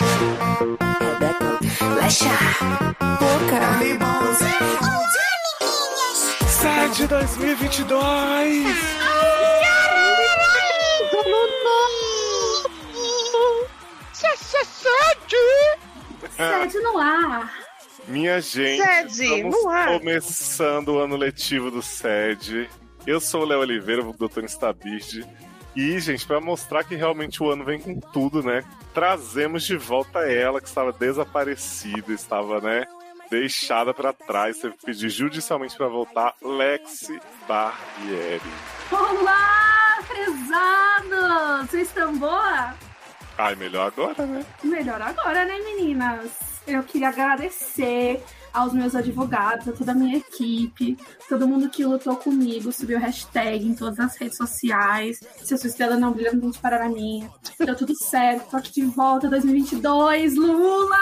você é um tantão assim. Lecha, boca, Animals. olá amiguinhas. SED 2022! Sede no ar. Minha gente, Sede, estamos no ar. começando o ano letivo do SED. Eu sou o Léo Oliveira, o doutor Instabird. E, gente, pra mostrar que realmente o ano vem com tudo, né? Trazemos de volta ela, que estava desaparecida, estava, né? Deixada pra trás, teve que pedir judicialmente pra voltar, Lexi Barbieri. Olá, prezados! Vocês estão boa? Ai, melhor agora, né? Melhor agora, né, meninas? Eu queria agradecer aos meus advogados, a toda a minha equipe, todo mundo que lutou comigo, subiu hashtag em todas as redes sociais. Se a sua estrela não brilha, não tem que parar na minha. Deu tudo certo, tô aqui de volta 2022, Lula!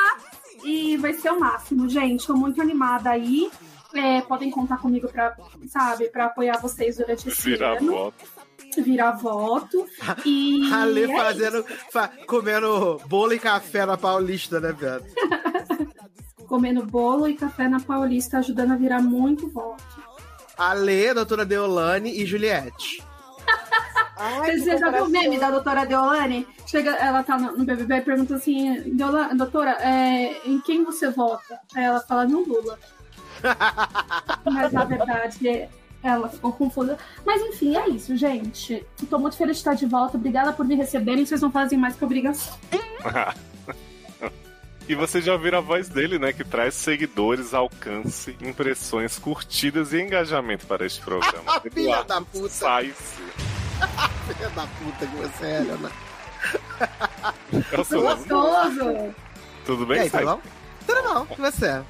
E vai ser o máximo, gente. Tô muito animada aí. É, podem contar comigo pra, sabe, pra apoiar vocês durante esse Virar ano. voto. Virar voto. E. Ale é fazendo, fa- comendo bolo e café na Paulista, né, velho? comendo bolo e café na Paulista, ajudando a virar muito voto. Ale, doutora Deolane e Juliette. Ai, Vocês já viram o meme da doutora Deolane? Chega, ela tá no, no BBB e pergunta assim, "Deola- doutora, é, em quem você vota? Aí ela fala, no Lula. Mas na verdade, é- ela ficou confusa. Mas enfim, é isso, gente. Eu Tô muito feliz de estar de volta. Obrigada por me receberem. Vocês não fazem mais que obrigação. E você já ouviu a voz dele, né? Que traz seguidores, alcance, impressões, curtidas e engajamento para este programa. A filha da puta, Sais. filha da puta que você é, Leonardo. É o seu nome? Gostoso! Tudo E bem, aí, tá Sais? bom? Tudo bom, e você?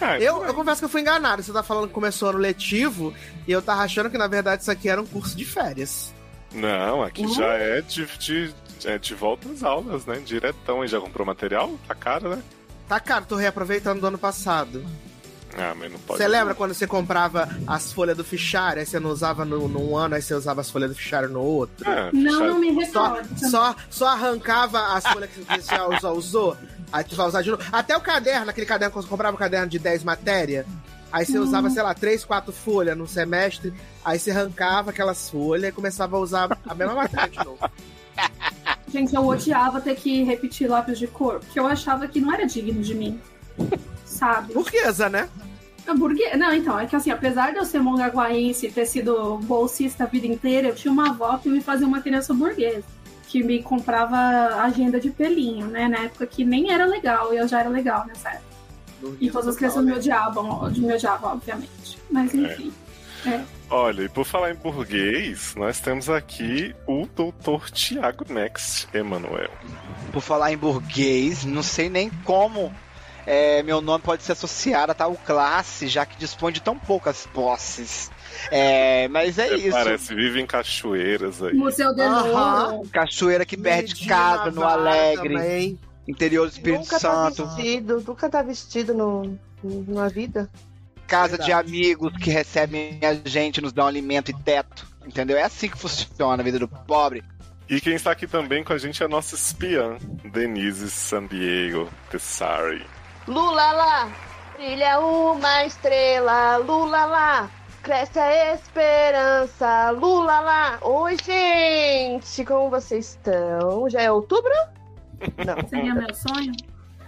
Ah, Eu, eu confesso que eu fui enganado. Você tá falando que começou ano letivo e eu tava achando que, na verdade, isso aqui era um curso de férias. Não, aqui Uhum. já é de, de, é de volta às aulas, né? Diretão. E já comprou material? Tá caro, né? Tá caro, tô reaproveitando do ano passado. Ah, mas não pode. Você lembra quando você comprava as folhas do fichário, aí você não usava no- num ano, aí você usava as folhas do fichário no outro? Ah, Não, já- não me Só, recordo. só, só arrancava as folhas que você já usou, usou, aí tu vai usar de novo. Até o caderno, aquele caderno que você comprava, um caderno de 10 matérias. Aí você usava, Uhum. sei lá, 3, 4 folhas no semestre, aí você arrancava aquelas folhas e começava a usar a mesma matéria de novo. Gente, eu odiava ter que repetir lápis de cor, porque eu achava que não era digno de mim. Sabe? Burguesa, né? Hamburguer... Não, então, é que assim, apesar de eu ser mongaguaense e ter sido bolsista a vida inteira, eu tinha uma avó que me fazia uma criança burguesa, que me comprava agenda de pelinho, né? Na época que nem era legal, e eu já era legal nessa época. E todas as crianças né? me odiavam, ó, de me odiavam, obviamente. É, Mas enfim. Olha, e por falar em burguês, nós temos aqui o doutor Tiago Next Emanuel. Por falar em burguês, não sei nem como é, meu nome pode ser associado a tal classe, já que dispõe de tão poucas posses. É, mas é Ele isso. Parece, vive em cachoeiras aí. Museu de Aham. Louro. Cachoeira que perde casa no Alegre, interior do Espírito nunca Santo, Tá vestido, nunca tá vestido no, na vida. casa de Verdade. amigos que recebem a gente, nos dão alimento e teto. Entendeu? É assim que funciona a vida do pobre. E quem está aqui também com a gente é a nossa espiã, Denise Sandiego Tessari. Lula lá, brilha uma estrela. Lula lá, cresce a esperança. Lula lá. Oi, gente, como vocês estão? Já é outubro? Seria meu sonho?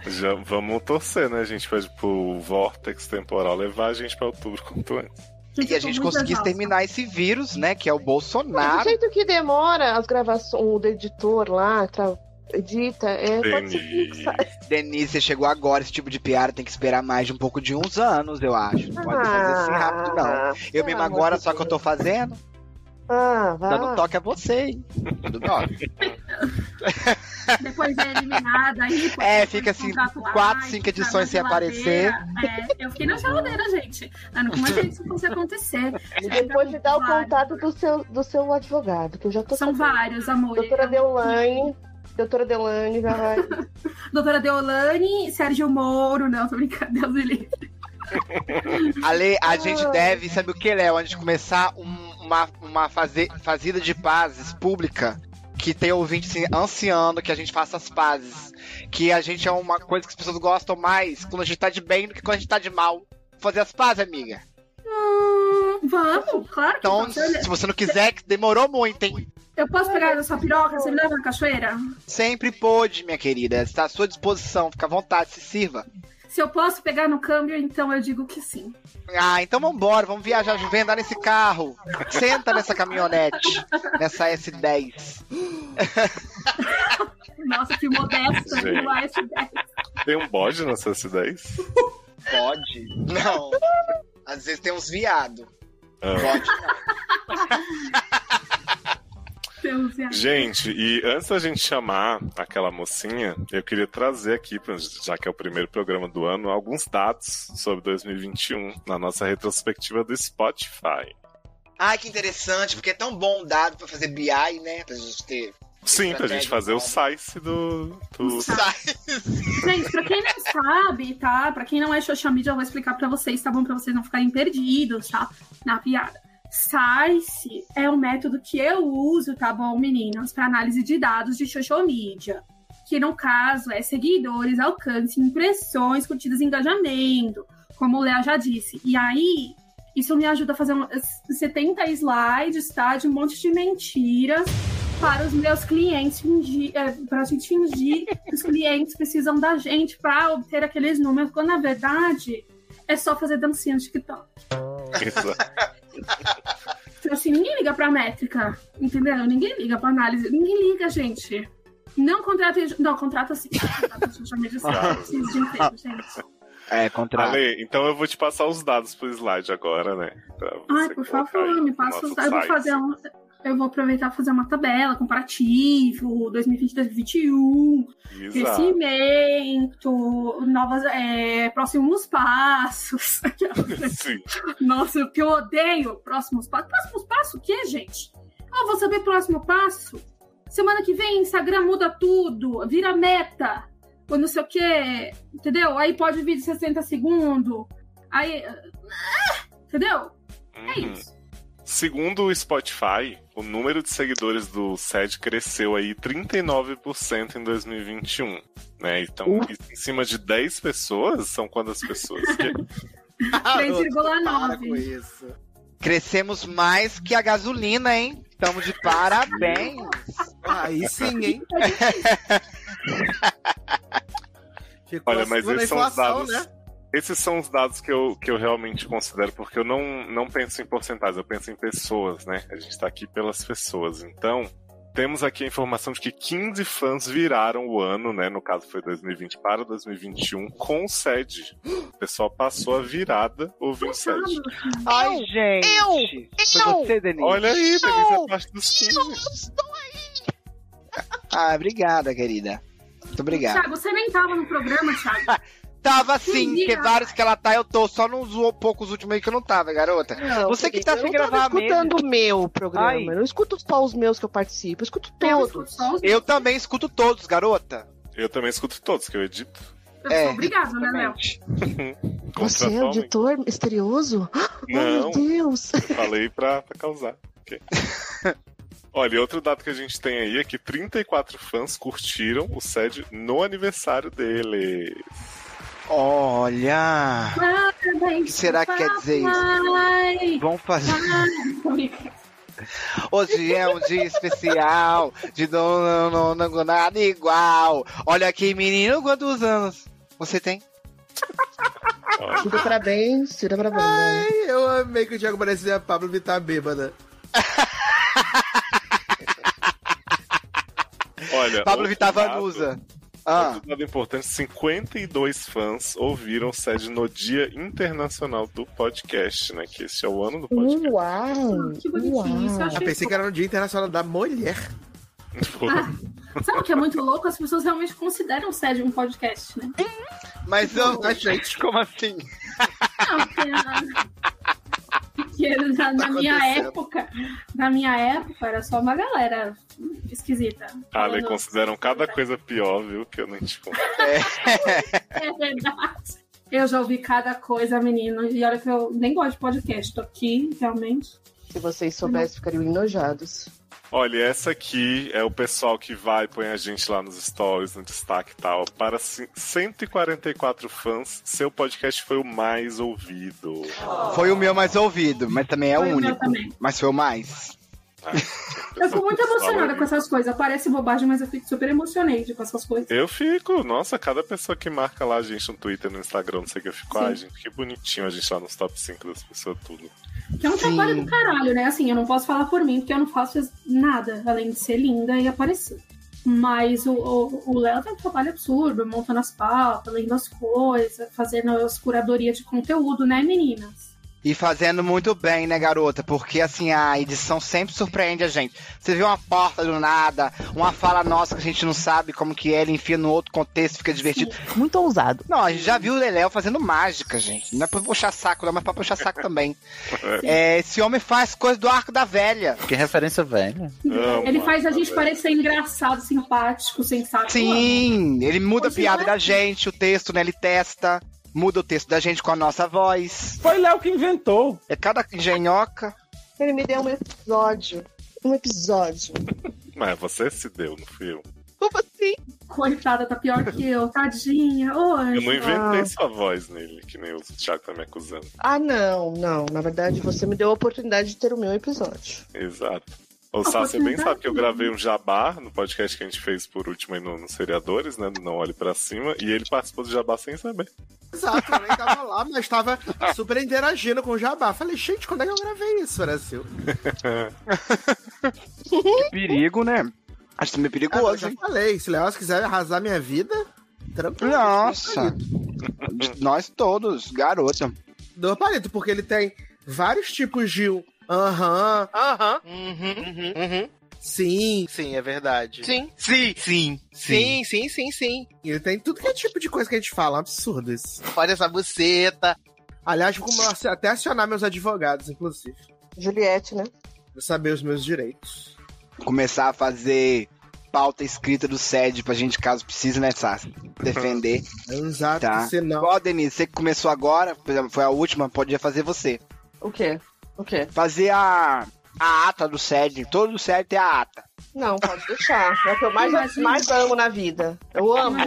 Já vamos torcer, né, gente? Pra, pro vórtex temporal levar a gente pra outubro quanto antes. Gente, E eu a tô gente muito conseguisse exausta. terminar esse vírus, né? Que é o Mas do Bolsonaro. jeito que demora as gravações, o editor lá, tra- edita, é, pode ser Denise. fixar. Denise, você chegou agora. Esse tipo de piada tem que esperar mais de um pouco de uns anos, eu acho. Não pode fazer assim rápido, não. Eu mesmo Ah, pelo amor agora, de só que eu tô fazendo, Ah, vai. dando toque a você, hein? Tudo bem. Depois é eliminada, aí depois É, depois fica assim, contratual, quatro, ai, cinco fica edições na sem aparecer. geladeira. É, eu fiquei na geladeira, gente. Ah, não, Como é que isso fosse acontecer? Depois de dar o Vários. contato do seu, do seu advogado, que eu já tô São sabendo. vários, amor. Doutora Eu- Deolane. Doutora Deolane, já vai. Doutora Deolane, Sérgio Moro. Não, tô brincando, Deus me livre. Ale, a Ah. gente deve, sabe o que, Léo? Antes de começar um- uma, uma faze- fazida de pazes pública, que tem ouvinte assim, ansiando que a gente faça as pazes. Que a gente é uma coisa que as pessoas gostam mais quando a gente tá de bem do que quando a gente tá de mal. Fazer as pazes, amiga. Hum, vamos, claro que Então, vamos. Eu- se você não quiser, que demorou muito, hein? Eu posso pegar a sua piroca? Você me leva na cachoeira? Sempre pôde, minha querida. Está à sua disposição. Fica à vontade, se sirva. Se eu posso pegar no câmbio, então eu digo que sim. Ah, então vambora, vamos viajar, vem andar nesse carro. Senta nessa caminhonete, nessa S10. Nossa, que modesta. Gente. viu? Ai, esse- Tem um bode nessa S10? Pode? Não. Às vezes tem uns viado. Ah. Pode não. Deus, é. Gente, e antes da gente chamar aquela mocinha, eu queria trazer aqui, pra- já que é o primeiro programa do ano, alguns dados sobre 2021 na nossa retrospectiva do Spotify. Ai, que interessante, porque é tão bom o dado pra fazer BI, né? Pra gente ter. um Sim, pra gente fazer o size do. do... Sai. Gente, pra quem não sabe, tá? Pra quem não é social media, eu vou explicar pra vocês, tá bom? Pra vocês não ficarem perdidos, tá? Na piada. SAICE é um método que eu uso, tá bom, meninas? Pra análise de dados de social media. Que no caso é seguidores, alcance, impressões, curtidas e engajamento. Como o Léo já disse. E aí, isso me ajuda a fazer um- 70 slides, tá? De um monte de mentiras para os meus clientes fingir, para a gente fingir que os clientes precisam da gente para obter aqueles números, quando na verdade é só fazer dancinha no TikTok. Exato. Então, assim, ninguém liga pra métrica, entendeu? Ninguém liga pra análise, ninguém liga, gente. Não contrata. Não, contrata sim. Contrata sim, já me disse, eu preciso de emprego, gente. É, contra. Ale, então eu vou te passar os dados pro slide agora, né? Pra Ai, você por colocar favor, aí me no passa nosso os dados. Eu vou site. fazer um. Eu vou aproveitar e fazer uma tabela comparativo, 2020, 2021. Exato. crescimento, novas, é, próximos passos. Sim. Nossa, o que eu odeio próximos passos. Próximos passos o quê, gente? Eu vou saber próximo passo. Semana que vem, Instagram muda tudo, vira meta, ou não sei o quê, entendeu? Aí pode vir de 60 segundos, aí... ah, Entendeu? É Uhum. isso. Segundo o Spotify, o número de seguidores do SED cresceu aí 39% em 2021, né? Então, Uh. isso em cima de 10 pessoas, são quantas pessoas? Que- Ah, 3,9. Para com isso. Crescemos mais que a gasolina, hein? Estamos de parabéns. Aí sim, hein? é Ficou Olha, mas acima da esses são os inflação, né? dados... Esses são os dados que eu, que eu realmente considero, porque eu não, não penso em porcentagens, eu penso em pessoas, né? A gente tá aqui pelas pessoas. Então, temos aqui a informação de que 15 fãs viraram o ano, né? No caso foi 2020 para 2021, com sede. O pessoal passou a virada ouvindo sede. Ai, gente. Eu, Foi você, Denise. Olha aí, Denise, é parte dos 15. Ah, obrigada, querida. Muito obrigado. Thiago, você nem tava no programa, Thiago. Tava sim, Menina. porque vários que ela tá, eu tô. Só nos ou- poucos últimos aí que eu não tava, garota. Não, Você que querida, tá eu sem não tava gravar mesmo. escutando o meu programa. Ai. Eu não escuto só os meus que eu participo, eu escuto Eu todos. escuto só os- Eu também escuto todos, garota. Eu também escuto todos que eu edito. Eu é, sou obrigada, né, Léo? Você é o Contratualmente. editor misterioso? Não, Oh, meu Deus! Falei pra, pra causar. Ok. Olha, e outro dado que a gente tem aí é que 34 fãs curtiram o SED no aniversário dele. Olha. O que será que quer dizer isso? Ai, Vamos fazer. tô brincando. Tá. Hoje é um dia especial. De não, não, não, não, nada igual. Olha aqui, menino, quantos anos você tem? Tira parabéns, tira parabéns. né? Eu amei que o Thiago parecia a Pablo Vittar bêbada. Olha, Pablo outro Vittar dado- Vanusa. Ah, Outro dado importante: 52 fãs ouviram o SED no Dia Internacional do Podcast, né? Que esse é o ano do podcast. Uau! Que bonitinho isso, eu uau. Eu achei. pensei que era no Dia Internacional da Mulher. Pô, Sabe o que é muito louco? As pessoas realmente consideram o SED um podcast, né? mas eu. A gente Como assim? Não, porque na- porque na, Tá na minha acontecendo? época, na minha época era só uma galera esquisita. Ale, Falando- Ah, né? consideram cada coisa pior, viu? Que eu nem te conto. É verdade. Eu já ouvi cada coisa, menino. E olha que eu nem gosto de podcast. Tô aqui, realmente. Se vocês soubessem, ficariam enojados. Olha, essa aqui é o pessoal que vai e põe a gente lá nos stories, no destaque e tal. Para c- 144 fãs, seu podcast foi o mais ouvido. Foi o meu mais ouvido, mas também é Foi o meu único. também. Mas foi o mais. Eu fico muito é emocionada com essas coisas. Parece bobagem, mas eu fico super emocionante com essas coisas. Eu fico, nossa, cada pessoa que marca lá a gente no Twitter, no Instagram, não sei o que, eu fico, ai gente, que bonitinho a gente lá nos top 5 das pessoas, tudo. Que é um Sim. trabalho do caralho, né? Assim, eu não posso falar por mim, porque eu não faço nada além de ser linda e aparecer. Mas o- o o Léo tem um trabalho absurdo, montando as pautas, lendo as coisas, fazendo as curadorias de conteúdo, né, meninas? E fazendo muito bem, né, garota? Porque, assim, a edição sempre surpreende a gente. Você vê uma porta do nada, uma fala nossa que a gente não sabe como que é, ele enfia no outro contexto, fica divertido. Muito ousado. Não, a gente já viu o Leléo fazendo mágica, gente. Não é pra puxar saco, não, mas pra puxar saco também. É, esse homem faz coisa do arco da velha. Que referência velha. Amo, é, Ele faz a gente velho. parecer engraçado, simpático, sensato. Sim, ele muda a Hoje piada não é da assim. gente, o texto, né? Ele testa, muda o texto da gente com a nossa voz. Foi Léo que inventou. É cada engenhoca. Ele me deu um episódio. Um episódio. Mas você se deu, não fui eu. Como assim? Coitada, tá pior que eu. Tadinha. Ô, Eu não Ângela. inventei sua voz nele, que nem o Thiago tá me acusando. Ah, não, não. Na verdade, você me deu a oportunidade de ter o meu episódio. Exato. Ô, Sá, você bem sabe que eu gravei um jabá no podcast que a gente fez por último aí no, nos seriadores, né? Do Não Olhe Pra Cima, e ele participou do jabá sem saber. Exato, eu nem tava lá, mas tava super interagindo com o Jabá. Falei, gente, quando é que eu gravei isso, Brasil? Perigo, né? Acho Ah, também eu perigoso, já hein? falei, se o Leoz quiser arrasar minha vida, tranquilo. Nossa. De Nós todos, garota. Dor palito, porque ele tem vários tipos de um aham, Aham. sim. Uhum. Sim, é verdade. Sim. Sim, sim, Sim, sim, sim, sim. Ele tem tudo que é tipo de coisa que a gente fala. É um absurdo isso. Olha essa buceta. Aliás, vou começar até a acionar meus advogados, inclusive, Juliette, né? pra saber os meus direitos. Começar a fazer pauta escrita do SED pra gente, caso precise, né, Sassi? Defender. Exato, Tá. Então. senão. Ó, Denise, você que começou agora, por exemplo, foi a última, podia fazer você. O quê? O quê? Fazer a, a ata do SED. Todo SED tem a ata. Não, pode deixar. É o que eu mais, Imagina. mais amo na vida. Eu amo.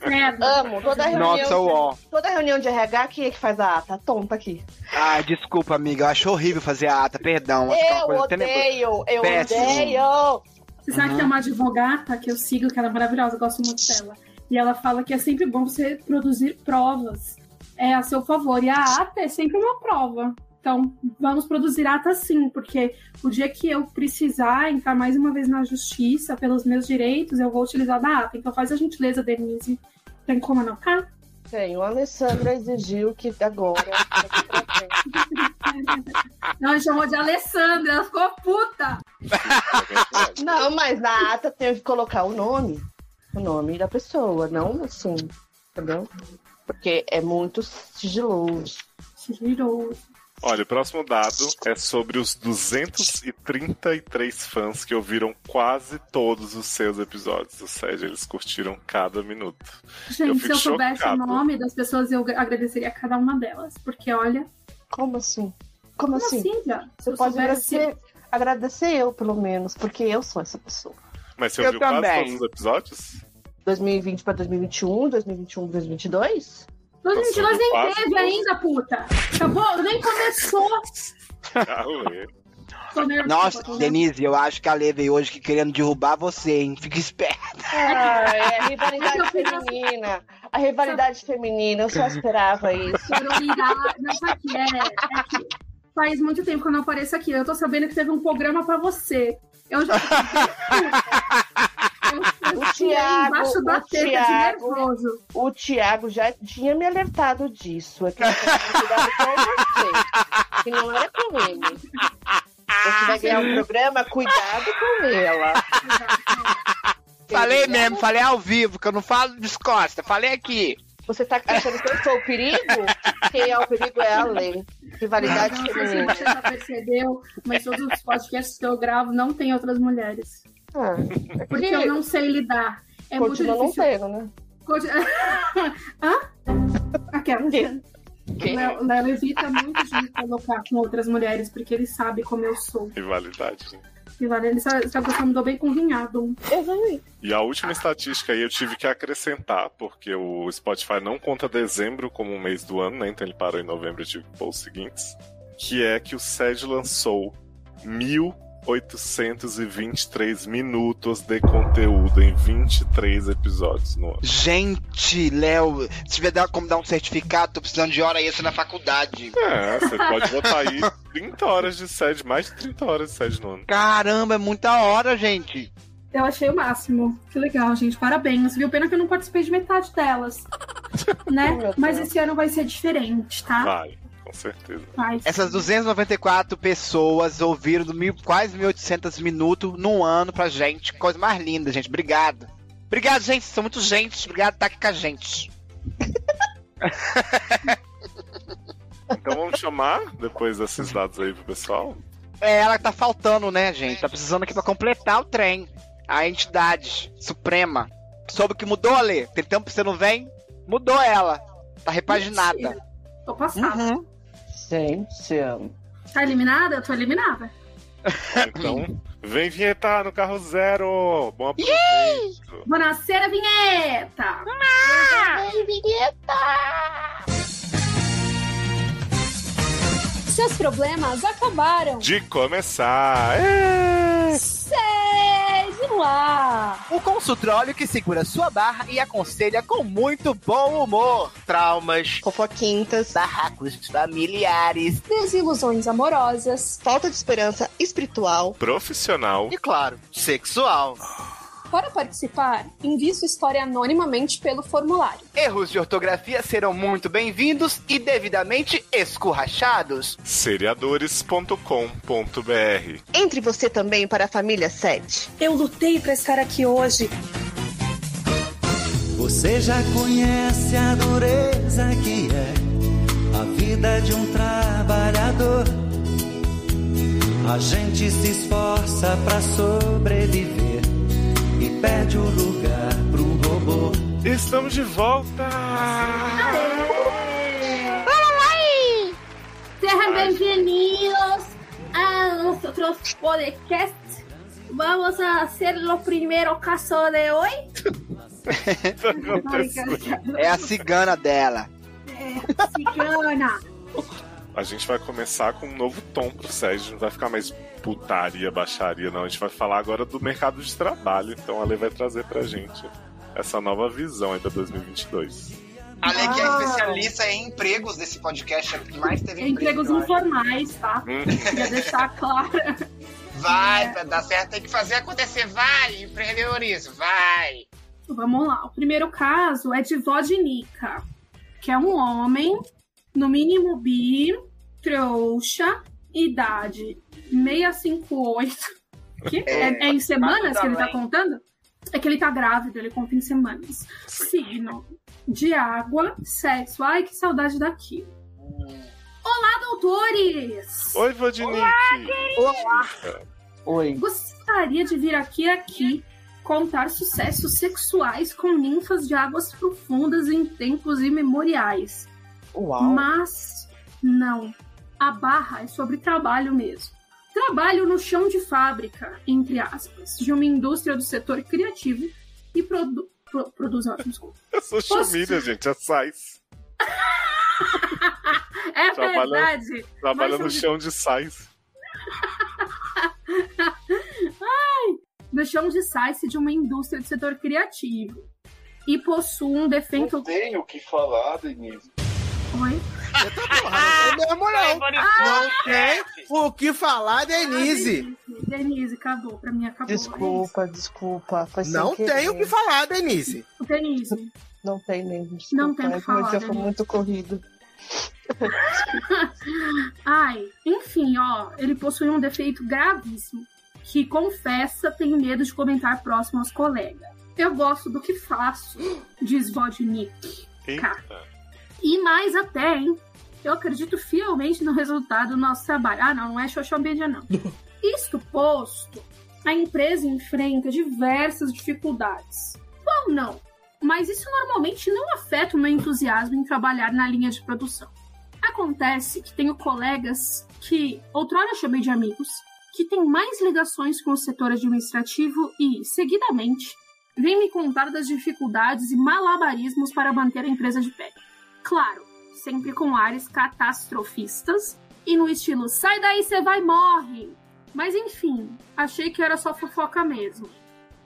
Credo. Ah, Amo. Toda reunião, Nossa, ó. toda reunião de RH, quem é que faz a ata? A Tonta aqui. Ah, desculpa, amiga. Eu acho horrível fazer a ata, perdão. Acho que é uma Eu coisa tenebrosa. odeio. Eu Péssimo. odeio. Você sabe que tem uma advogata que eu sigo, que ela é maravilhosa, eu gosto muito dela. E ela fala que é sempre bom você produzir provas é, a seu favor. E a ata é sempre uma prova. Então, vamos produzir ata sim, porque o dia que eu precisar entrar mais uma vez na justiça pelos meus direitos, eu vou utilizar da ata. Então, faz a gentileza, Denise. Tem como tá? anotar? Tem, o Alessandro exigiu que agora. Ah. Não, ele chamou de Alessandra, ela ficou puta. Não, mas na ata tem que colocar o nome. O nome da pessoa, não assim, entendeu? Porque é muito sigiloso. Girou. Olha, o próximo dado é sobre os 233 fãs que ouviram quase todos os seus episódios do SED. Eles curtiram cada minuto. Eu Gente, fico se eu soubesse chocado. o nome das pessoas, eu agradeceria a cada uma delas. Porque, olha, Como assim? Como, como assim? assim, já? Se Você eu pode soubesse- agradecer, agradecer eu, pelo menos, porque eu sou essa pessoa. Mas você Eu ouviu quase também. todos os episódios? 2020 pra 2021, 2021 pra 2022? 2022 nem Passou do teve passo. ainda, puta. Acabou, nem começou. Caramba. Tô nervosa. tipo Nossa, Denise, eu acho que a Lê veio hoje que querendo derrubar você, hein? Fica esperto. Ah, é a Eu rivalidade fui na- feminina. A rivalidade feminina, eu só esperava isso. Sororidade. Não, sabe o que é? É que faz muito tempo que eu não apareço aqui. Eu tô sabendo que teve um programa pra você. Eu já. Eu, eu O tirei Thiago, embaixo da o teta de Thiago. nervoso. O Thiago já tinha me alertado disso. É que eu tenho cuidado com você. Que não é com ele. Você vai ganhar um programa, cuidado com ela. Falei Entendeu? mesmo, falei ao vivo, que eu não falo descosta. Falei aqui. Você tá achando que eu sou o perigo? Quem é o perigo é a lei. Rivalidade Não sei se feminina. você já percebeu, mas todos os podcasts que eu gravo não tem outras mulheres. Ah, é Porque que eu não sei lidar. É muito continua não difícil. tendo, né? Conti- Hã? Aquela. Quê? Quê? Léo Léo evita muito de me colocar com outras mulheres, porque ele sabe como eu sou. Rivalidade. né? que vale. Ele sabe, sabe que eu só mudou bem com vinhado. Exatamente. E a última estatística aí eu tive que acrescentar, porque o Spotify não conta dezembro como um mês do ano, né? Então ele parou em novembro, eu tive que pôr os seguintes. Que é que o SED lançou 1.823 minutos de conteúdo em 23 episódios no ano. Gente, Léo, se tiver dar- como dar um certificado, tô precisando de hora extra na faculdade. É, você pode botar aí 30 horas de SED, mais de 30 horas de SED no ano. Caramba, é muita hora, gente. Eu achei o máximo. Que legal, gente. Parabéns. Viu? Pena que eu não participei de metade delas. Oh, meu né? Deus. Mas esse ano vai ser diferente, tá? Vai, com certeza. Vai. Essas 294 pessoas ouviram do mil, quase 1.800 minutos num ano pra gente. Coisa mais linda, gente. Obrigado. Obrigado, gente. São muito gente. Obrigado por estar aqui com a gente. Então vamos chamar depois desses dados aí pro pessoal. É ela que tá faltando, né, gente? Tá precisando aqui pra completar o trem. A entidade suprema. Soube que mudou, Ale? Tem tempo que você não vem? Mudou ela. Tá repaginada. Mentira. Tá Tô passada. Uhum. Gente, Tá eliminada? Eu tô eliminada. Então, vem vinhetar no carro zero! Bom aproveito! Vou nascer a vinheta! Ai, vinheta! Seus problemas acabaram. De começar! É! Seis no ar. O consultório que segura sua barra e aconselha com muito bom humor. Traumas, Fofoquintas, barracos familiares Desilusões amorosas. falta de esperança espiritual. Profissional, e, claro, sexual. Para participar, envie sua história anonimamente pelo formulário. Erros de ortografia serão muito bem-vindos e devidamente escurrachados. seriadores.com.br Entre você também para a família 7. Eu lutei para estar aqui hoje. Você já conhece a dureza que é a vida de um trabalhador. A gente se esforça pra sobreviver e perde o lugar pro robô. Estamos de volta! Sejam bem-vindos a nosso Ah, podcast. Vamos a hacer o primeiro caso de hoje. O que tá acontecendo? É a cigana dela. Cigana. A gente vai começar com um novo tom pro Sérgio, não vai ficar mais putaria, baixaria, não. A gente vai falar agora do mercado de trabalho, então a Lê vai trazer pra gente essa nova visão aí da 2022. Ale, que é especialista em empregos desse é podcast aqui, mais teve É Empregos informais, tá? Hum, Queria deixar claro. É. Vai, pra dar certo, tem que fazer acontecer. Vai, empreendedorismo, vai. Então, Vamos lá. O primeiro caso é de Vodnica, que é um homem, no mínimo bi, trouxa, idade 658. Que? É, é em semanas que ele tá contando? É que ele tá grávido, ele conta em semanas. Signo de água, sexo. Ai, que saudade daqui. Hum. Olá, doutores! Oi, Vodinique! oi. Gostaria de vir aqui aqui contar sucessos sexuais com ninfas de águas profundas em tempos imemoriais. né? Uau. Mas não. A barra é sobre trabalho mesmo. Trabalho no chão de fábrica, entre aspas, de uma indústria do setor criativo e produ pro- produz ótimo, desculpa. Eu sou chumilha, gente, é sais. É Trabalha- verdade. Trabalha Mas no sobre- chão de sais. No chão de sites de uma indústria do setor criativo. E possui um defeito. tenho o que falar, Denise. Oi? Na moral, Não tem? o que falar, Denise? Ah, Denise, acabou. Pra mim acabou. Desculpa, desculpa. Foi sem Não querer. tem o que falar, Denise. É isso. Denise. Não tem mesmo. Não tem o que desculpa, é que falar, Meu dia foi né? muito corrido. Ai, enfim, ó, ele possui um defeito gravíssimo que confessa tem medo de comentar próximo aos colegas. Eu gosto do que faço, diz Vodnik. Eita. E mais até, hein? Eu acredito fielmente no resultado do nosso trabalho. Ah, não, não é xoxambídia, não. Isto posto, a empresa enfrenta diversas dificuldades. Ou não, mas isso normalmente não afeta o meu entusiasmo em trabalhar na linha de produção. Acontece que tenho colegas que outrora chamei de amigos, que tem mais ligações com o setor administrativo e, seguidamente, vem me contar das dificuldades e malabarismos para manter a empresa de pé. Claro, sempre com ares catastrofistas e no estilo sai daí, você vai morre. Mas enfim, achei que era só fofoca mesmo.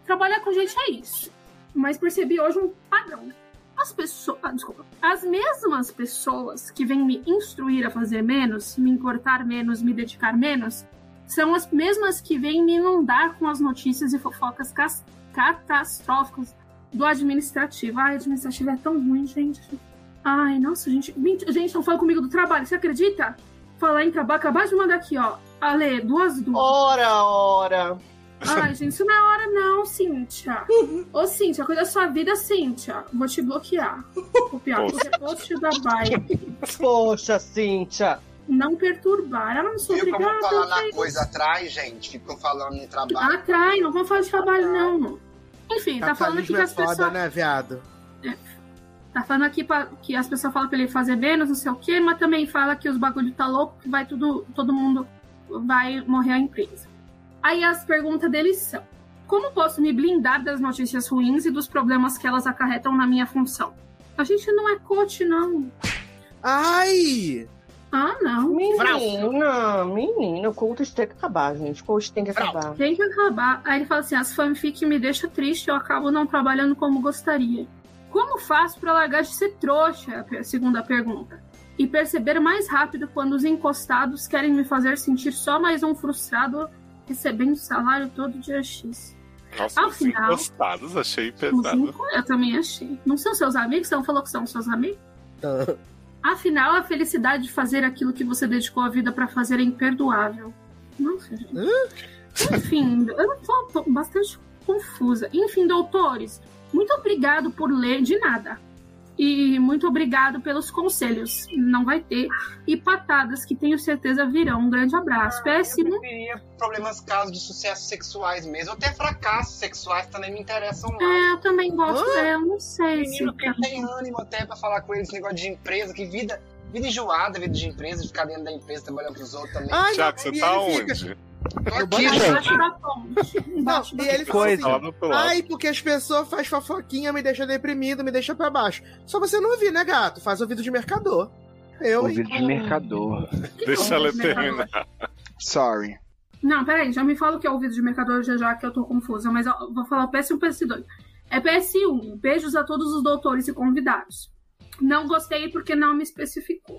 Trabalhar com gente é isso. Mas percebi hoje um padrão. As pessoas. ah, Desculpa. As mesmas pessoas que vêm me instruir a fazer menos, me importar menos, me dedicar menos, são as mesmas que vêm me inundar com as notícias e fofocas cas- catastróficas do administrativo. Ai, administrativo é tão ruim, gente. Ai, nossa, gente. Gente, gente, não fala comigo do trabalho, você acredita? Falar em trabalho, acabar de mandar aqui, ó. Ale, duas dúvidas. Ora, ora. Ai, gente, isso não é hora, não, Cíntia. Ô, Cíntia, cuida da sua vida, Cíntia. Vou te bloquear. Copiar o é repost da Baia. Poxa, Cíntia. Não perturbar. Ela não sou Viu como obrigada. falar eu na sei. coisa atrás, gente? Ficou falando em trabalho. Atrai, não vamos falar de trabalho, não. Enfim, tá falando aqui que Capitalismo é as foda, pessoas. né, viado? Tá falando aqui pra- que as pessoas falam pra ele fazer menos, não sei o quê, mas também fala que os bagulho tá louco, que vai tudo, todo mundo vai morrer a empresa. Aí as perguntas deles são: como posso me blindar das notícias ruins e dos problemas que elas acarretam na minha função? A gente não é coach, não. Ai! Ah, não. Menina, menina, o coach tem que acabar, gente. O coach tem que acabar. Tem que acabar. Aí ele fala assim: as fanfic me deixam triste, eu acabo não trabalhando como gostaria. Como faço pra largar de ser trouxa? É a per- segunda pergunta. E perceber mais rápido quando os encostados querem me fazer sentir só mais um frustrado recebendo salário todo dia X. Nossa, os Afinal- encostados, achei Os pesado. enco- é, Eu também achei. Não são seus amigos? Você não falou que são seus amigos? Afinal, a felicidade de fazer aquilo que você dedicou a vida pra fazer é imperdoável. Nossa, gente. Enfim, eu tô, tô bastante confusa. Enfim, doutores, muito obrigado por ler de nada. E muito obrigado pelos conselhos. Não vai ter. E patadas que tenho certeza virão. Um grande abraço. Péssimo. Problemas, casos de sucessos sexuais mesmo. Até fracassos sexuais também me interessam mais. Ah, É, eu também gosto. Hã? É, eu não sei se. Menino que tem ânimo até pra falar com eles, negócio de empresa, que vida, vida enjoada, vida de empresa, de ficar dentro da empresa trabalhando pros outros também. Ai, Tiago, você tá onde? Ah, Aqui, gente. da ponte. assim, Não, e ele Que falou coisa. Ela assim, não coloca. ai, porque as pessoas fazem fofoquinha, me deixa deprimido, me deixa pra baixo. Só você não ouvir, né, gato? Faz ouvido de mercador. Eu, Ouvido de hein? mercador. Deixa ela terminar. Sorry. né, Não, peraí, já me fala o que é ouvido de mercador já já que eu tô confusa, mas ó, vou falar o PS1 e PS2. É PS1, beijos a todos os doutores e convidados. Não gostei porque não me especificou.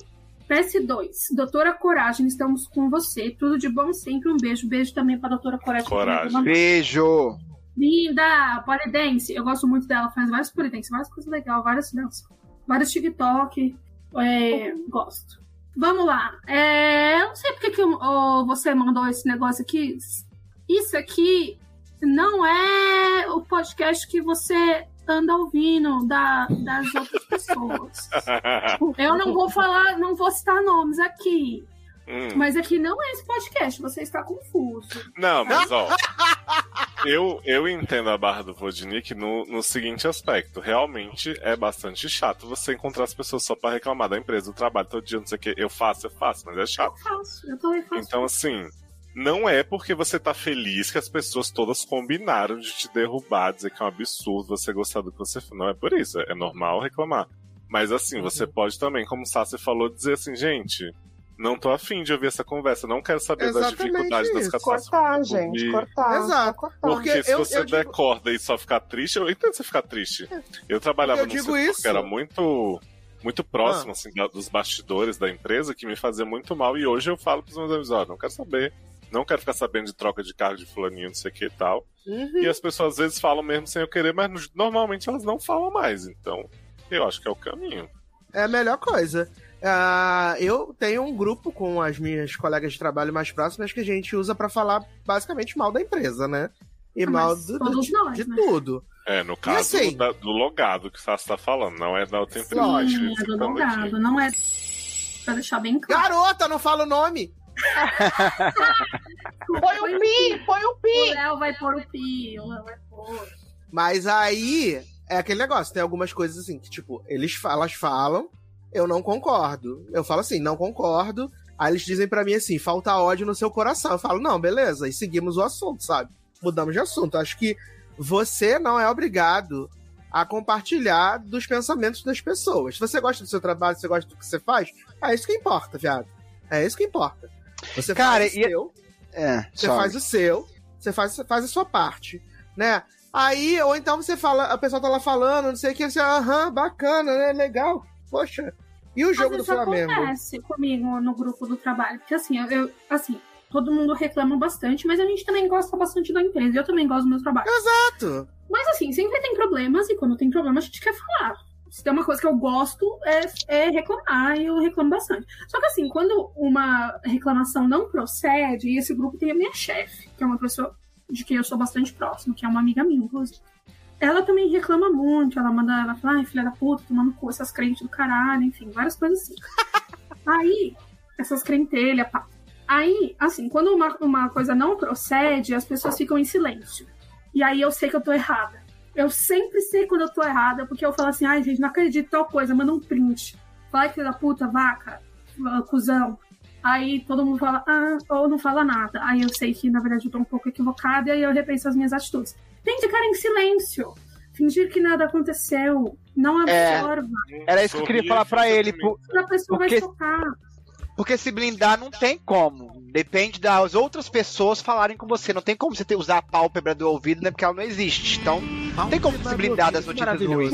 PS2, doutora Coragem, estamos com você. Tudo de bom sempre, um beijo. Beijo também pra doutora Coragem. Coragem. Beijo. Linda, polidense. Eu gosto muito dela, faz vários polidense, várias coisas legais, várias danças, vários TikTok. É, gosto. Vamos lá. É, eu não sei porque que ô, você mandou esse negócio aqui. Isso aqui não é o podcast que você anda ouvindo da- das outras pessoas. Eu não vou falar, não vou citar nomes aqui. Hum. Mas aqui não é esse podcast, você está confuso. Não, mas ó. Eu, eu entendo a barra do Vodnik no, no seguinte aspecto. Realmente é bastante chato você encontrar as pessoas só pra reclamar da empresa, do trabalho todo dia, não sei o que. Eu faço, eu faço, mas é chato. Faço, eu também faço. Então, assim, não é porque você tá feliz que as pessoas todas combinaram de te derrubar, dizer que é um absurdo você gostar do que você fez. Não é por isso, é normal reclamar. Mas Uhum. assim, você pode também, como o Sassi falou, dizer assim, gente, não tô afim de ouvir essa conversa, não quero saber das dificuldades das catástrofes. Cortar, que eu gente, vi. cortar. Exato. Porque, Porque se eu- você eu der digo- corda e só ficar triste, eu entendo você ficar triste. Eu trabalhava Eu num digo setor isso. que era muito, muito próximo, Ah. assim, da- dos bastidores da empresa, que me fazia muito mal. E hoje eu falo pros meus amigos, ó, não quero saber. Não quero ficar sabendo de troca de carro de fulaninho, não sei o que e tal. Uhum. E as pessoas às vezes falam mesmo sem eu querer, mas no- normalmente elas não falam mais. Então, eu acho que é o caminho. É a melhor coisa. Ah, eu tenho um grupo com as minhas colegas de trabalho mais próximas que a gente usa pra falar basicamente mal da empresa, né? E Ah, mal mas do- do- todos de, nós, de né? tudo. É, no caso assim? da- do logado que o Sassi tá falando, não é da outra empresa. Lógico. Gente, É do então, Dourado, não é. Pra deixar bem claro. Garota, não fala o nome! põe o pi, põe o né? O pi! Léo vai pôr o pi, o Léo vai pôr. Mas aí é aquele negócio, tem algumas coisas assim que, tipo, eles fa- elas falam, eu não concordo. Eu falo assim, não concordo, Aí eles dizem pra mim assim: falta ódio no seu coração. Eu falo, não, beleza. E seguimos o assunto, sabe? Mudamos de assunto. Acho que você não é obrigado a compartilhar dos pensamentos das pessoas. Se você gosta do seu trabalho, se você gosta do que você faz, é isso que importa, viado. É isso que importa. Você Cara, faz o e- seu, É, você sorry. faz o seu, você faz, faz a sua parte, né? Aí, ou então você fala, a pessoa tá lá falando, não sei o que, você, aham, bacana, né? Legal, poxa. E o jogo do Às vezes Flamengo? acontece comigo no grupo do trabalho, porque assim, eu, eu- assim, todo mundo reclama bastante, mas a gente também gosta bastante da empresa, eu também gosto do meu trabalho. Exato! Mas assim, sempre tem problemas, e quando tem problema, a gente quer falar. Se tem uma coisa que eu gosto, é, é reclamar, e eu reclamo bastante. Só que assim, quando uma reclamação não procede, e esse grupo tem a minha chefe, que é uma pessoa de quem eu sou bastante próximo, que é uma amiga minha, inclusive. Ela também reclama muito, ela manda, ela fala, ai, filha da puta, tomando cu, essas crentes do caralho, enfim, várias coisas assim. Aí, essas crentelhas, pá. Aí, assim, quando uma, uma coisa não procede, as pessoas ficam em silêncio. E aí eu sei que eu tô errada. Eu sempre sei quando eu tô errada, porque eu falo assim, ai, gente, não acredito em tal coisa, manda um print. Vai, filha da puta, vaca, ah, cuzão. Aí todo mundo fala, ah, ou não fala nada. Aí eu sei que, na verdade, eu tô um pouco equivocada e aí eu repenso as minhas atitudes. Tem de ficar em silêncio. Fingir que nada aconteceu. Não É. absorva. Era isso que eu queria falar pra ele. por- A pessoa vai porque- chocar. Porque se blindar não tem como. Depende das outras pessoas falarem com você. Não tem como você ter, usar a pálpebra do ouvido, né? Porque ela não existe. Então, não tem como se blindar das notícias ruins.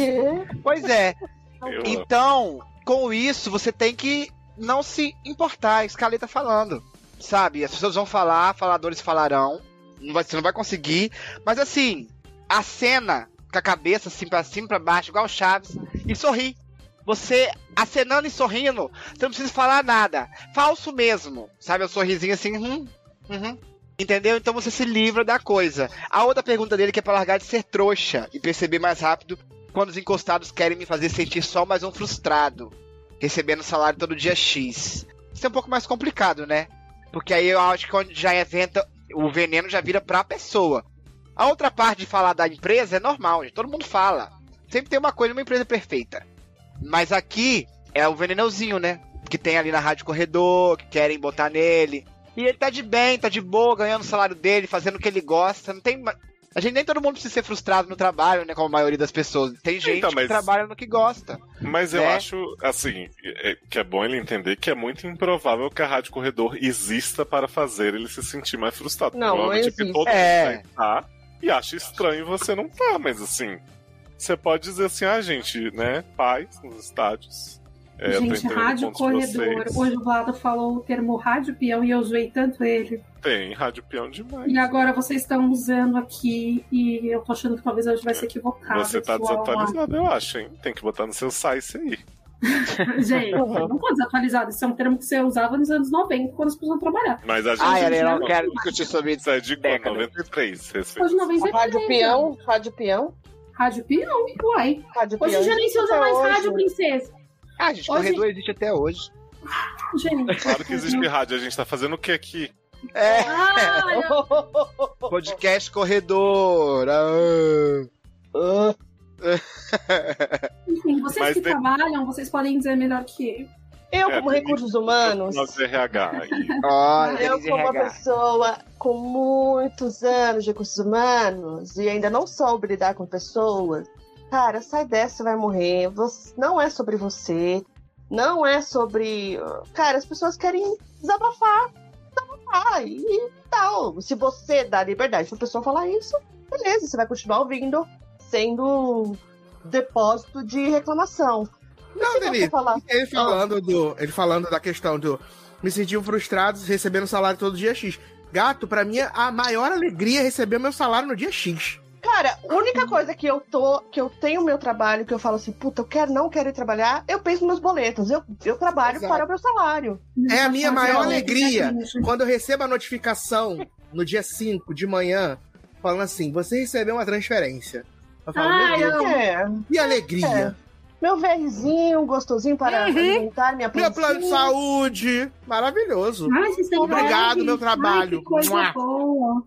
Pois é. Eu- Então, com isso, você tem que não se importar, isso que a Ale tá falando. Sabe? As pessoas vão falar, faladores falarão. Não vai, você não vai conseguir. Mas assim, a cena com a cabeça assim pra cima, pra baixo, igual o Chaves, e sorrir. Você acenando e sorrindo, você não precisa falar nada. Falso mesmo. Sabe? O sorrisinho assim, hum, uhum. Entendeu? Então você se livra da coisa. A outra pergunta dele que é pra largar de ser trouxa e perceber mais rápido quando os encostados querem me fazer sentir só mais um frustrado, recebendo salário todo dia X. Isso é um pouco mais complicado, né? Porque aí eu acho que onde já inventa, o veneno já vira pra pessoa. A outra parte de falar da empresa é normal, gente. Todo mundo fala. Sempre tem uma coisa, uma empresa perfeita. Mas aqui é o venenozinho, né? Que tem ali na Rádio Corredor, que querem botar nele. E ele tá de bem, tá de boa, ganhando o salário dele, fazendo o que ele gosta. Não tem. ma- A gente nem todo mundo precisa ser frustrado no trabalho, né? Como a maioria das pessoas. Tem gente Então, que mas- trabalha no que gosta. Mas eu né? acho, assim, é- que é bom ele entender que é muito improvável que a Rádio Corredor exista para fazer ele se sentir mais frustrado. Não, não Provavelmente existe. que todo É. mundo vai estar e acha estranho você não tá, mas assim, você pode dizer assim, ah, gente, né, paz nos estádios. É, eu tô gente, entendendo rádio o ponto de corredor. vocês. Hoje o Vlado falou o termo rádio peão e eu zoei tanto ele. Tem rádio peão demais. E agora vocês estão usando aqui e eu tô achando que talvez eu vai ser equivocado. É, Você tá pessoal. desatualizado, eu acho, hein? Tem que botar no seu site aí. Gente, eu Uhum. não tô desatualizado. Isso é um termo que você usava nos anos 90, quando as pessoas trabalhavam. Mas a gente. Ah, é ela- ela não quer discutir sobre isso. É de quando? 93, respeito. Hoje 93. Rádio Peão, Rádio Peão. Rádio Peão, uai. Rádio Hoje Peão já nem se usa até mais hoje. rádio, princesa. Ah, gente, hoje... corredor existe até hoje. Gente. É Claro que existe rádio, a gente tá fazendo o que aqui? É. Ah, Podcast corredor. ah. Enfim, vocês Mas que de- trabalham, vocês podem dizer melhor que Eu, É, como tem recursos humanos, Nós RH aí. Olha, Ah, eu eles sou uma RH. pessoa com muitos anos de recursos humanos e ainda não soube lidar com pessoas. Cara, sai dessa, você vai morrer. Você- não é sobre você. Não é sobre. Cara, as pessoas querem desabafar. Desabafar e tal. Se você dá liberdade pra pessoa falar isso, beleza, você vai continuar ouvindo sendo um depósito de reclamação. Mas Não, se você Denise, falar- ele falando do. Ele falando da questão do. Me sentiam frustrado recebendo salário todo dia X. Gato, pra mim, é a maior alegria é receber meu salário no dia X. Cara, a única coisa que eu tô, que eu tenho meu trabalho, que eu falo assim, puta, eu quero, não quero ir trabalhar, eu penso nos meus boletos, eu, eu trabalho Exato. para o meu salário. É a minha maior Não, alegria quando eu recebo a notificação no dia 5 de manhã, falando assim: você recebeu uma transferência. Eu falo, Ah, meu Então. Deus, é. que alegria. Meu verzinho gostosinho para Uhum. alimentar minha Meu plano de pancinha. saúde, maravilhoso. Ai, vocês têm Obrigado, dó, meu gente. Ai, trabalho. que coisa Mua. boa.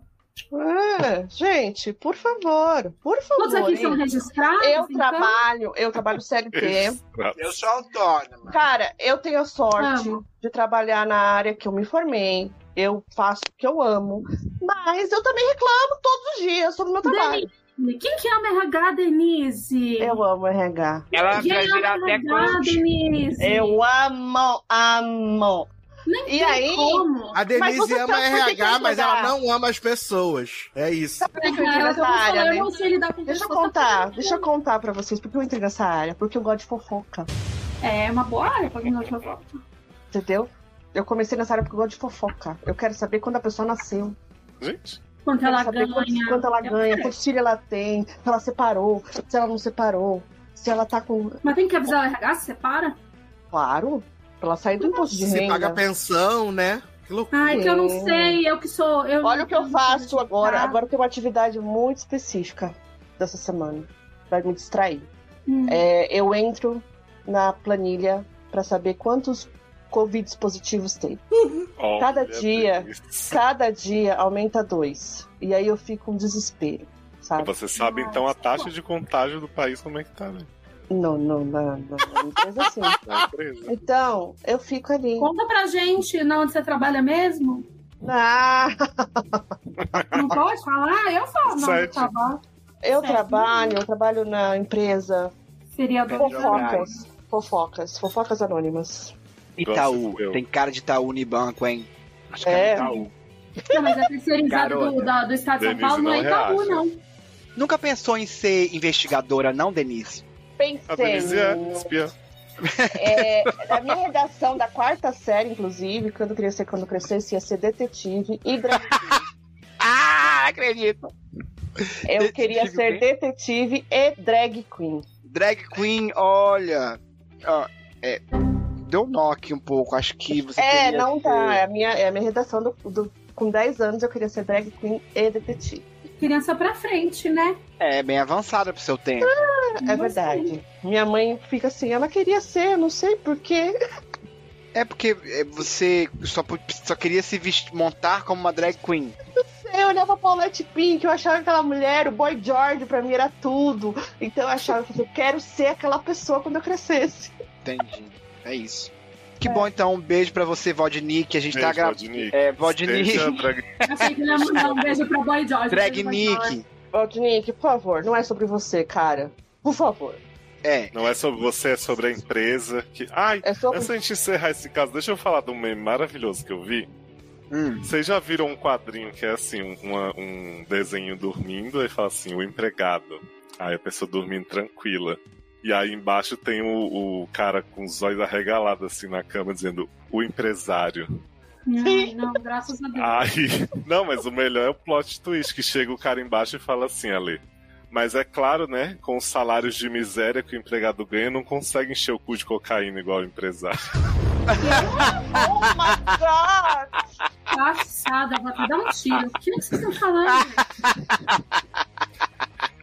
É, gente, por favor, por favor. Todos aqui são hein? registrados, Eu então? trabalho, eu trabalho CLT. Eu sou autônoma. Cara, eu tenho a sorte Amo. de trabalhar na área que eu me formei. Eu faço o que eu amo. Mas eu também reclamo todos os dias sobre o meu trabalho. Quem que ama RH, Denise? Eu amo RH. Ela Quem vai ama virar até RH, coach. Denise? Eu amo, amo. e aí? A Mas Denise você ama sabe por que que RH, eu mas trabalho? ela não ama as pessoas. É isso. Ela tá falando, área, né? eu não sei lidar com Deixa pessoas, eu tá contar, falando. deixa eu contar pra vocês porque eu entrei nessa área, porque eu gosto de fofoca. É uma boa área pra quem gosta de fofoca. Entendeu? Eu comecei nessa área porque eu gosto de fofoca. Eu quero saber quando a pessoa nasceu. Gente. Quanto ela saber quantos- ganha. Quanto ela Eu ganha, quero. quantos filhos ela tem, se ela separou, se ela não separou, se ela tá com. Mas tem que avisar o RH se separa? Claro, pra ela sair do imposto de Se renda. paga pensão, né? Que loucura. Ai, que eu não sei, eu que sou. Eu É. Olha o que eu faço Tá. agora. Agora eu tenho uma atividade muito específica dessa semana. Vai me distrair. Hum. É, eu entro na planilha pra saber quantos Covid positivos tem. Olha cada a dia, cada dia aumenta dois. E aí eu fico um desespero, sabe? Você sabe então a taxa de contágio do país como é que tá, né? Não, não, não, não. Mas assim. Na empresa. Então, eu fico ali. Conta pra gente na onde você trabalha mesmo. Ah! Não pode falar? Eu falo, não, eu Sete. trabalho. Eu Sete. trabalho, eu trabalho na empresa. Seria É um Fofocas. Fofocas. Fofocas anônimas. Itaú. Tem cara de Itaú Unibanco, hein? Acho que É. é Itaú. Não, mas é terceirizado do, Garota. da- do Estado de São Denise Paulo, não é não Itaú, reage. não. Nunca pensou em ser investigadora, não, Denise? Pensei. espiã. É, na minha redação da quarta série, inclusive, quando eu queria ser quando eu crescesse, ia ser detetive e dramaturgo. ah, acredito. Eu queria Detetive ser o quê? detetive e drag queen. Drag queen, olha. Ó, é, deu knock um pouco, acho que você é, teria não que- tá. É a minha, é a minha redação do, do- com 10 anos eu queria ser drag queen e detetive. Criança pra frente, né? É, bem avançada pro seu tempo. Ah, é verdade. Minha mãe fica assim, ela queria ser, não sei porquê. É porque é, você só, pu- só queria se vest- montar como uma drag queen. Eu olhava a Paulette Pink, eu achava aquela mulher, o Boy George pra mim era tudo. Então eu achava que eu quero ser aquela pessoa quando eu crescesse. Entendi. É isso. Que bom, então. Um beijo pra você, Vodnik. A gente tá Beijo, gravando. Vodnik. É, Vodnik. Seja drag- Achei que ele ia mandar um beijo pra Boy George. Boy Drag George. Nick. Walt Nick, por favor, não é sobre você, cara. Por favor. É. Não é sobre você, é sobre a empresa. Que... Ai, É antes da gente encerrar esse caso, deixa eu falar de um meme maravilhoso que eu vi. Vocês já viram um quadrinho que é assim, um- uma- um desenho dormindo e fala assim, o empregado. Aí a pessoa dormindo tranquila. E aí embaixo tem o, o cara com os olhos arregalados assim na cama, dizendo o empresário. Ai, Não, graças a Deus. Ah. Aí. Não, mas o melhor é o plot twist, que chega o cara embaixo e fala assim, Ale. Mas é claro, né? Com os salários de miséria que o empregado ganha, não consegue encher o cu de cocaína igual o empresário. Oh Passada, vou até dar um tiro. O que é que vocês estão falando? Ah.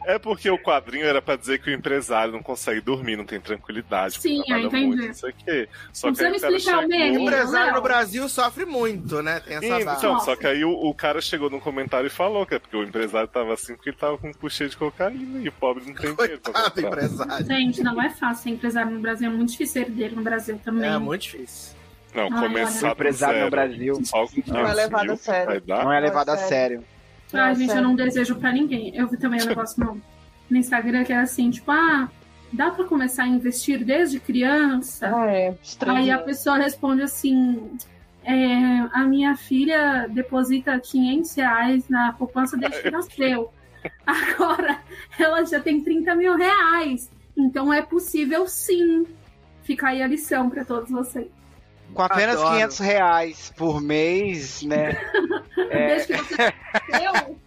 É porque o quadrinho era pra dizer que o empresário não consegue dormir, não tem tranquilidade, Sim, porque trabalha eu entendi. muito, não sei o quê. Só Não que precisa aí o cara me explicar o chegou- O é. empresário no Brasil sofre muito, né? Tem essa barra. Então, só que aí o, o cara chegou num comentário e falou que é porque o empresário tava assim porque ele tava com um puxê de cocaína e o pobre não tem dinheiro. pra comprar. Gente, não é fácil ser empresário no Brasil. É muito difícil ser herdeiro no Brasil também. É muito difícil. Não, Ai, começar do olha. Tá? Empresário zero, no Brasil. Só com Não é 500 levado mil, a sério. vai dar? Não é levado a sério. Ai, Ah, gente, eu não desejo pra ninguém. Eu vi também um negócio no, no Instagram que era assim, tipo, ah, dá pra começar a investir desde criança? Ah, é. Estranho. Aí a pessoa responde assim, é, a minha filha deposita 500 reais na poupança desde que nasceu. Agora ela já tem 30 mil reais. Então é possível sim. Fica aí a lição pra todos vocês. Com apenas Adoro. 500 reais por mês, né? Desde que você nasceu.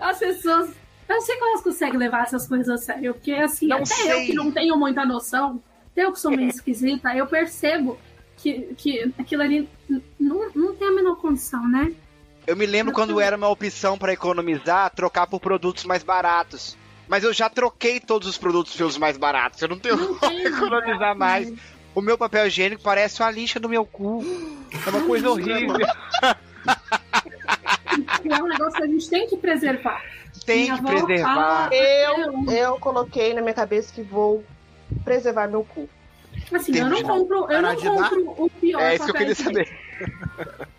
As pessoas. Eu não sei como elas conseguem levar essas coisas a sério, porque assim, Não até eu sei. que não tenho muita noção, até eu que sou meio esquisita, eu percebo que, que aquilo ali n- não, não tem a menor condição, né? Eu me lembro quando era uma opção pra economizar, trocar por produtos mais baratos. Mas eu já troquei todos os produtos pelos mais baratos. Eu não tenho como economizar É, mais. O meu papel higiênico parece uma lixa do meu cu. É uma coisa horrível. é um negócio que a gente tem que preservar. Tem Minha que avó preservar. fala- Eu, eu coloquei na minha cabeça que vou preservar meu cu. Assim, eu não compro, eu não compro o pior É papel higiênico.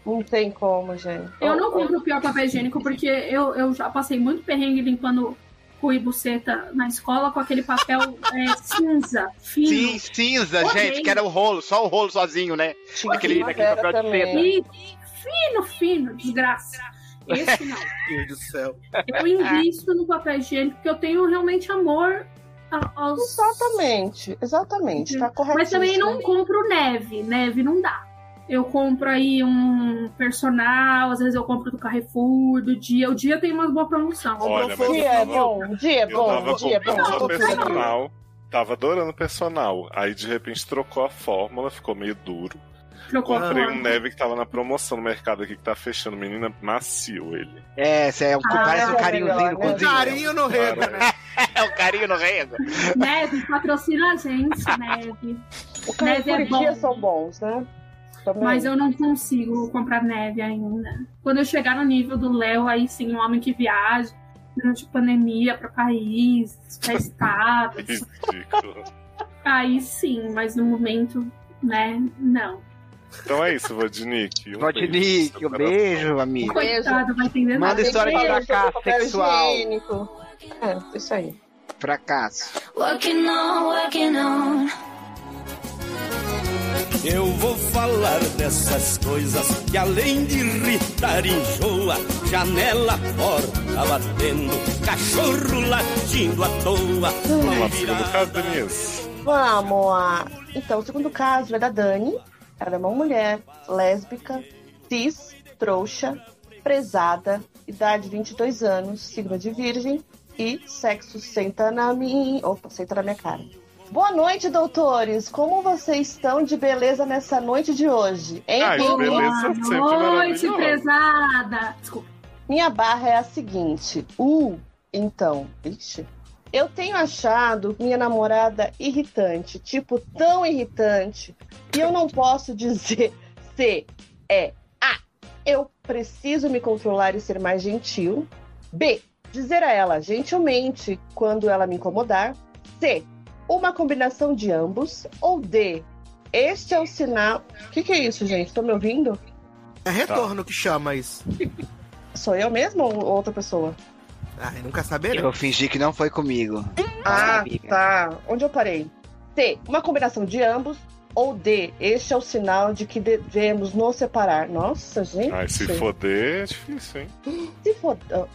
Não tem como, gente. Eu não compro o pior papel higiênico porque eu, eu já passei muito perrengue limpando cu e buceta na escola com aquele papel é, cinza, fino. Sim, cinza, Horrível. gente, que era o rolo, só o rolo sozinho, né? Aquele, Horrível. aquele papel de seda. E fino, fino, desgraça. Esse não. Meu Deus do céu. Eu invisto no papel higiênico porque eu tenho realmente amor a- aos. Exatamente, exatamente. Tá correto. Uhum. Mas também não compro neve. Neve não dá. Eu compro aí um personal, às vezes eu compro do Carrefour, do dia. O dia tem uma boa promoção. Olha, mas eu dia é tava- bom, dia é Eu bom, tava dia é comprando só bom. personal. Tava adorando personal. Aí de repente trocou a fórmula, ficou meio duro. Trocou a Comprei um fórmula. neve que tava na promoção no mercado aqui que tá fechando. Menina, macio ele. É, esse é um, Ah, parece um é carinhozinho melhor, no né? cozinho. Carinho no rego, né? É um carinho no rego. Neve, patrocina a gente, neve. O neve é Carrefour e dia bom. são bons, né? Também. Mas eu não consigo comprar neve ainda. Quando eu chegar no nível do Léo, aí sim, um homem que viaja durante a pandemia para país, para estados, Ridículo. aí sim, mas no momento, né, não. Então é isso, Vodnik. Um beijo. Vodnik, um beijo, amigo. Coitado, vai entender nada. Manda história pra Beijo, cá, papel sexual. higiênico. É, isso aí. Fracasso. Working on, working on. Eu vou falar dessas coisas que além de irritar enjoa Janela, porta batendo, cachorro latindo à toa Vamos lá, segundo caso, Denise. Vamos lá. Então, o segundo caso é da Dani. Ela é uma mulher lésbica, cis, trouxa, prezada, idade 22 anos, signo de virgem e sexo senta na minha... Opa, senta na minha cara. Boa noite, doutores! Como vocês estão de beleza nessa noite de hoje? Hein, Ah, Ai, Bini? beleza, sempre Boa noite, maravilhosa. pesada! Desculpa. Minha barra é a seguinte. Uh, então. Ixi. Eu tenho achado minha namorada irritante, tipo, tão irritante, que eu não posso dizer se é A. Eu preciso me controlar e ser mais gentil. B. Dizer a ela gentilmente quando ela me incomodar. C. Uma combinação de ambos. Ou D. Este é o sinal. O que, que é isso, gente? Estão me ouvindo? É retorno que chama isso. Sou eu mesma ou outra pessoa? Ai, nunca Eu saberei. vou fingir que não foi comigo. Ah, amiga. tá. Onde eu parei? C. Uma combinação de ambos. Ou D. Este é o sinal de que devemos nos separar. Nossa, gente. Ai, se foder é difícil, hein? Se for- ah,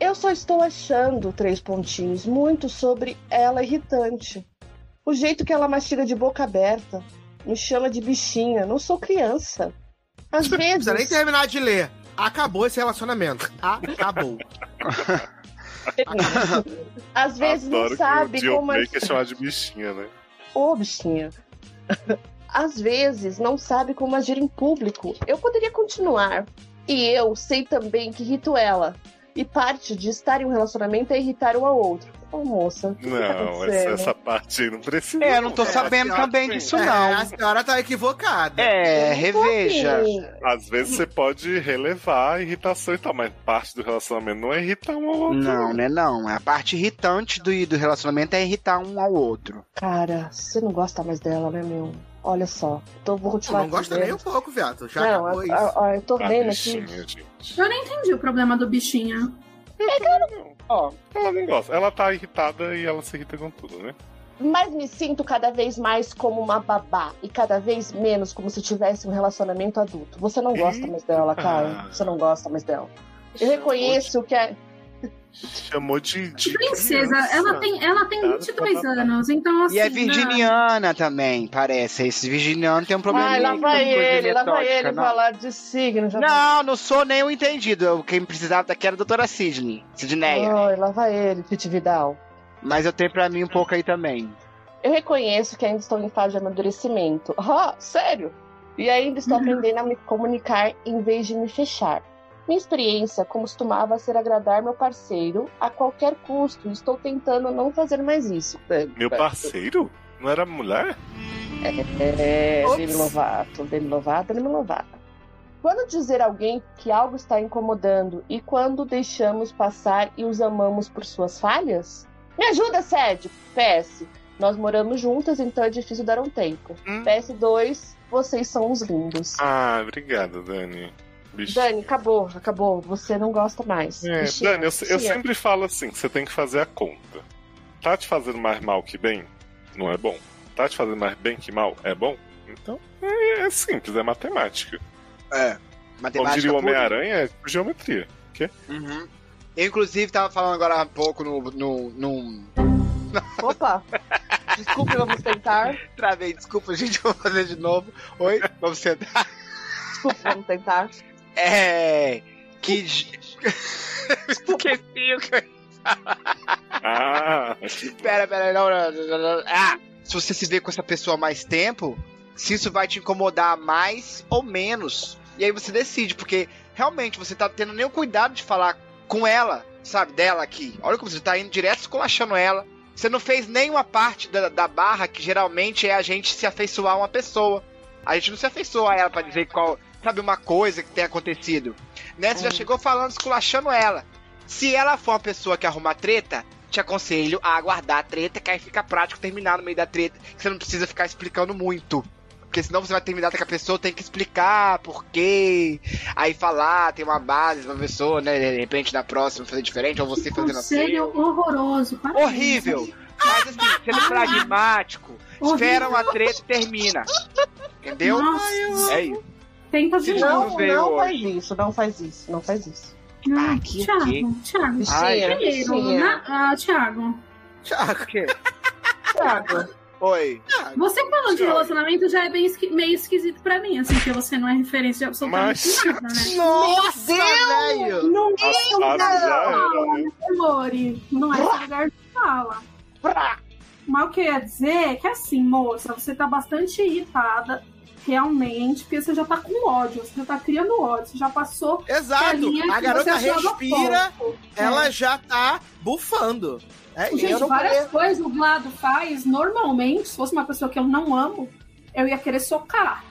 Eu só estou achando três pontinhos muito sobre ela irritante. O jeito que ela mastiga de boca aberta. Me chama de bichinha. Não sou criança. Às Não vezes. precisa nem terminar de ler. Acabou esse relacionamento. Acabou. Às vezes não Adoro sabe que o como Dealmaker é chamado de bichinha, né? Ô, bichinha. Às vezes não sabe como agir em público. Eu poderia continuar. E eu sei também que irrito ela. E parte de estar em um relacionamento é irritar um ao outro. Ô, moça, o que que tá Não, essa, acontecendo? essa parte aí não precisa. É, eu não tô É, sabendo a senhora também tem- disso, é, não. a senhora tá equivocada. É, Tô reveja. assim, Às vezes você pode relevar a irritação e tal, mas parte do relacionamento não é irritar um ao outro. Não, né? Não. A parte irritante do, do relacionamento é irritar um ao outro. Cara, você não gosta mais dela, né, meu? Olha só. Então vou Tu continuar. não gosta aqui nem um dentro. pouco, viado. Já Não, é- acabou a- isso. a- a- eu tô A vendo Tá bichinha, aqui. gente. Eu não entendi o problema do bichinho. Ó, Ela não gosta. Ela tá irritada e ela se irrita com tudo, né? Mas me sinto cada vez mais como uma babá e cada vez menos como se tivesse um relacionamento adulto. Você não gosta mais dela, Caio. Você não gosta mais dela. Eu reconheço que é. Chamou de. de Princesa, criança. ela tem, ela tem Cuidado 22 com a babá. anos, então assim. E né, é virginiana também, parece. Esse virginiano tem né? um problema. Ai, lá vai ele, lá vai ele não. falar de signo. Já... Não, não sou nem o entendido. Eu- Quem precisava daqui era a doutora Sidney, Sidneia. Ai, lá vai ele, Pete Vidal. Mas eu tenho pra mim um pouco aí também. Eu reconheço que ainda estou em fase de amadurecimento. Ah, sério? E ainda estou aprendendo a me comunicar em vez de me fechar. Minha experiência costumava ser agradar meu parceiro a qualquer custo. e Estou tentando não fazer mais isso. Meu parceiro? Não era mulher? É, Ops. Demi Lovato, Demi Lovato, Demi Lovato. Quando dizer a alguém que algo está incomodando e quando deixamos passar e os amamos por suas falhas? Me ajuda, Sede! PS. Nós moramos juntas, então é difícil dar um tempo. PS2, vocês são os lindos. Ah, obrigado, Dani. Bicho. Dani, acabou, acabou. Você não gosta mais. É, Bichinha, Dani, eu, eu bichinha. sempre falo assim: que você tem que fazer a conta. Tá te fazendo mais mal que bem? Não é bom. Tá te fazendo mais bem que mal? É bom? Então, é, é simples, é matemática. É. Como matemática diria o pura. Homem-Aranha, é geometria. Quê? Uhum. Eu, inclusive, tava falando agora há pouco no. no, no... Opa! Desculpa, vamos tentar. Travei, desculpa, gente, vou fazer de novo. Oi, vamos sentar. Desculpa, vamos tentar. É. Que. j- Esqueci o que eu ia falar. Pera, pera, não, não, não, não, não. Ah, se você se vê com essa pessoa há mais tempo, se isso vai te incomodar mais ou menos. E aí você decide, porque realmente você tá tendo nenhum cuidado de falar com ela, sabe, dela aqui. Olha como você tá indo direto esculachando ela. Você não fez nenhuma parte da, da barra que geralmente é a gente se afeiçoar a uma pessoa. A gente não se afeiçoa a ela pra dizer qual, sabe, uma coisa que tem acontecido. Né? Você já chegou falando, esculachando ela. Se ela for uma pessoa que arruma treta, te aconselho a aguardar a treta, que aí fica prático terminar no meio da treta, que você não precisa ficar explicando muito. Porque senão você vai terminar com a pessoa, tem que explicar por quê. Aí falar, tem uma base pra pessoa, né? De repente na próxima fazer diferente, ou você fazendo assim. um Conselho horroroso. parabéns. Horrível! Mas assim, sendo pragmático, espera um uma treta e termina. Entendeu? Nossa. É isso. Tenta de Se novo. Não, veio não hoje. faz isso, não faz isso, não faz isso. Ah, Não, que- Ah, Thiago, que- Thiago. Ai, Primeiro, bichinha. na, ah, Thiago, Tiago, que? Thiago. Oi. você falando de Thiago. relacionamento já é bem esqui- meio esquisito pra mim, assim, porque você não é referência de absolutamente Mas- nada, né? Nossa, velho! Não A fase já era, né? Lore, não é esse lugar de fala. Mas o que eu ia dizer é que assim, moça, você tá bastante irritada, realmente, porque você já tá com ódio, você já tá criando ódio, você já passou. da Exato. linha A é que garota você joga respira, fogo. ela É. já tá bufando. É isso. Gente, Eu não várias conheço. coisas o Glado faz, normalmente, se fosse uma pessoa que eu não amo, eu ia querer socar.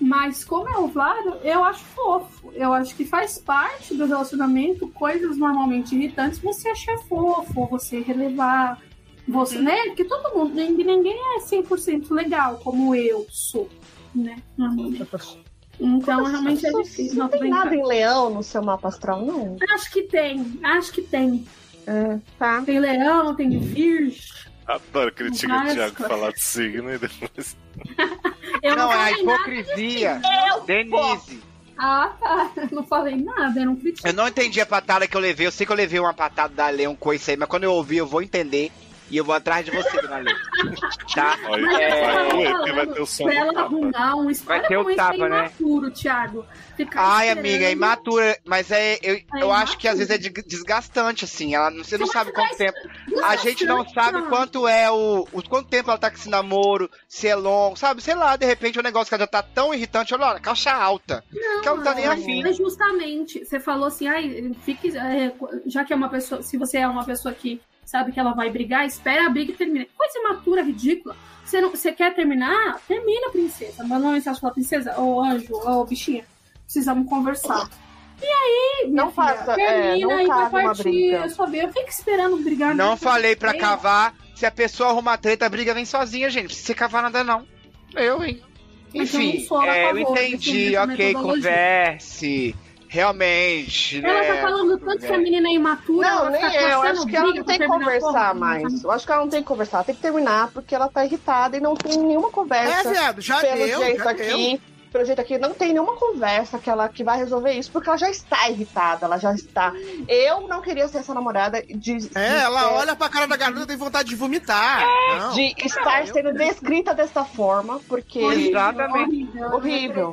Mas como é o Vlado, eu acho fofo. Eu acho que faz parte do relacionamento coisas normalmente irritantes, você achar fofo, você relevar. Você, né? Porque todo mundo, nem- ninguém é 100% legal, como eu sou, né? Normalmente. Então, realmente é Não- difícil. assim? Não tô tem nada brincando. em leão no seu mapa astral, não. Acho que tem, acho que tem. É, tá. Tem leão, tem virgem. Adoro criticar o Várias Thiago coisas. falar de signo e depois. Eu Não, é a falei nada. hipocrisia. Denise. Ah, tá. Não falei nada, É, eu não critico. Eu não entendi a patada que eu levei. Eu sei que eu levei uma patada da Leon com isso aí, mas quando eu ouvir, eu vou entender. E eu vou atrás de você, dona Leon. Tá? Olha, Mas É, eu tava vai, falando porque vai ter o som pra do ela tapa. arrumar um espelho. Vai ter o um tapa, espelho né? Maturo, Thiago. Ficar Ai, esperando. amiga, é imatura. Mas é, eu, eu acho imatura. que às vezes é de- desgastante, assim. Ela, você não Você sabe vai quanto tempo. A gente não sabe quanto é o, o. Quanto tempo ela tá com esse namoro, se é longo, sabe? Sei lá, de repente o negócio que ela já tá tão irritante. Olha, olha, calça alta. Não, que ela não tá nem mas afim. é justamente, você falou assim, ai, fique, é, já que é uma pessoa, se você é uma pessoa que sabe que ela vai brigar, espera a briga e termina. Coisa imatura, ridícula. Você, não, você quer terminar? Termina, princesa. Manda uma mensagem pra princesa, ô anjo, ô bichinha, precisamos conversar. E aí, minha Não filha, faça, é, termina não e vai cave uma partir. briga. Eu só vi, eu fico esperando brigar. Não nunca falei pra briguei. cavar. Se a pessoa arrumar treta, a briga vem sozinha, gente. Não precisa cavar nada, não. Eu, hein? Mas eu não Enfim, então sou um a é, eu favor desse entendi. tipo de Ok, metodologia. converse. Realmente, Ela né? tá falando tanto que a menina é imatura, tipo, Não, tá ela nem fica eu. Eu caçando acho que ela briga pra não tem que terminar a porra, conversar mais. Eu acho que ela não tem que conversar. Ela tem que terminar porque ela tá irritada e não tem nenhuma É, conversa. viado, já pelo deu, jeito já aqui, pelo jeito aqui, não tem nenhuma conversa que ela que vai resolver isso, porque ela já está irritada, ela já está. Eu não queria ser essa namorada de, de, deu. É, ela ser- olha pra cara da garota e tem vontade de vomitar. Não. de estar eu- sendo descrita dessa forma, porque Horrível, Exatamente. horrível. horrível.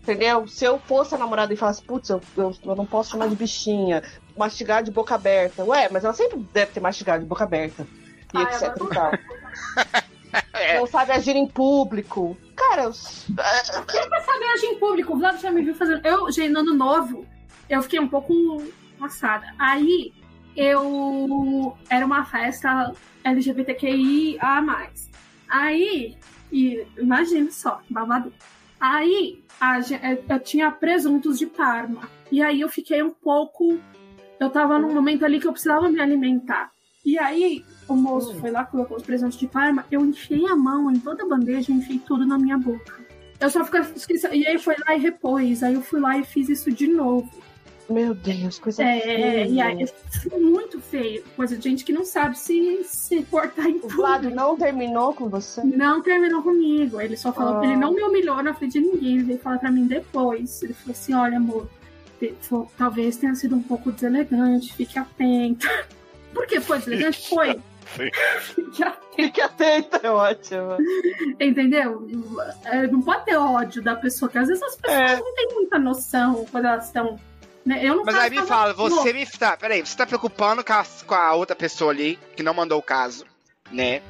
Entendeu? Se eu fosse a namorada e falasse, putz, eu, eu, eu não posso chamar de bichinha, mastigar de boca aberta. Ué, mas ela sempre deve ter mastigado de boca aberta. E Ah, etc ela e tal. É. Não sabe agir em público. Cara, eu- ah, Sabe, agir em público, o Vlad já me viu fazendo. Eu, gente, no ano novo, eu fiquei um pouco passada. Aí, eu. Era uma festa LGBTQIA. Aí, e imagina só, babado. Aí a gen- eu- eu tinha presuntos de Parma. E aí eu fiquei um pouco. Eu tava num momento ali que eu precisava me alimentar. E aí o moço foi lá, colocou os presuntos de Parma. Eu enchei a mão em toda a bandeja, enchei tudo na minha boca. Eu só fica, esqueci, e aí foi lá e repôs. Aí eu fui lá e fiz isso de novo. Meu Deus, coisa É, feia. e aí foi muito feio. Coisa de gente que não sabe se se portar em tudo. Vlado não terminou com você? Não terminou comigo. Ele só falou, Ah. ele não me humilhou na frente de ninguém. Ele veio falar pra mim depois. Ele falou assim: olha, amor, te- fo- talvez tenha sido um pouco deselegante, fique atenta. Por que foi deselegante? Foi. Fique atenta. Fique atenta, é ótimo. Entendeu? É, Não pode ter ódio da pessoa, que às vezes as pessoas não têm muita noção quando elas estão. né? Eu não Mas aí me fala, você me. Tá, peraí, você tá preocupando com a, com a outra pessoa ali, que não mandou o caso, né?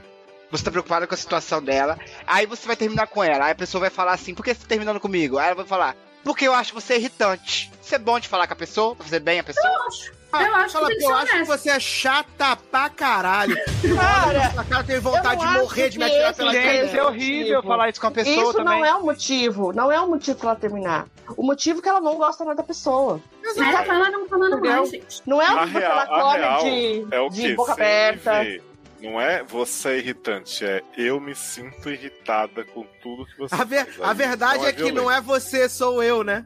Você tá preocupado com a situação dela. Aí você vai terminar com ela. Aí a pessoa vai falar assim: por que você tá terminando comigo? Aí ela vai falar: porque eu acho você irritante. Isso é bom de falar com a pessoa, pra fazer bem a pessoa? Eu acho. eu acho que eu acho que você é chata pra caralho. Cara, sua cara tem vontade de morrer, de me atirar pela Gente, janela. tipo, Isso não é o motivo. Não é o motivo pra ela terminar. O motivo é que ela não gosta mais da pessoa. Exato. Ela tá lá não falando mais, gente. Não é o a motivo que real, ela a come real de, é o de quê? boca aberta. CIV. Não é você é irritante, é eu me sinto irritada com tudo que você A, ver- faz. a verdade é que não é você, sou eu, né?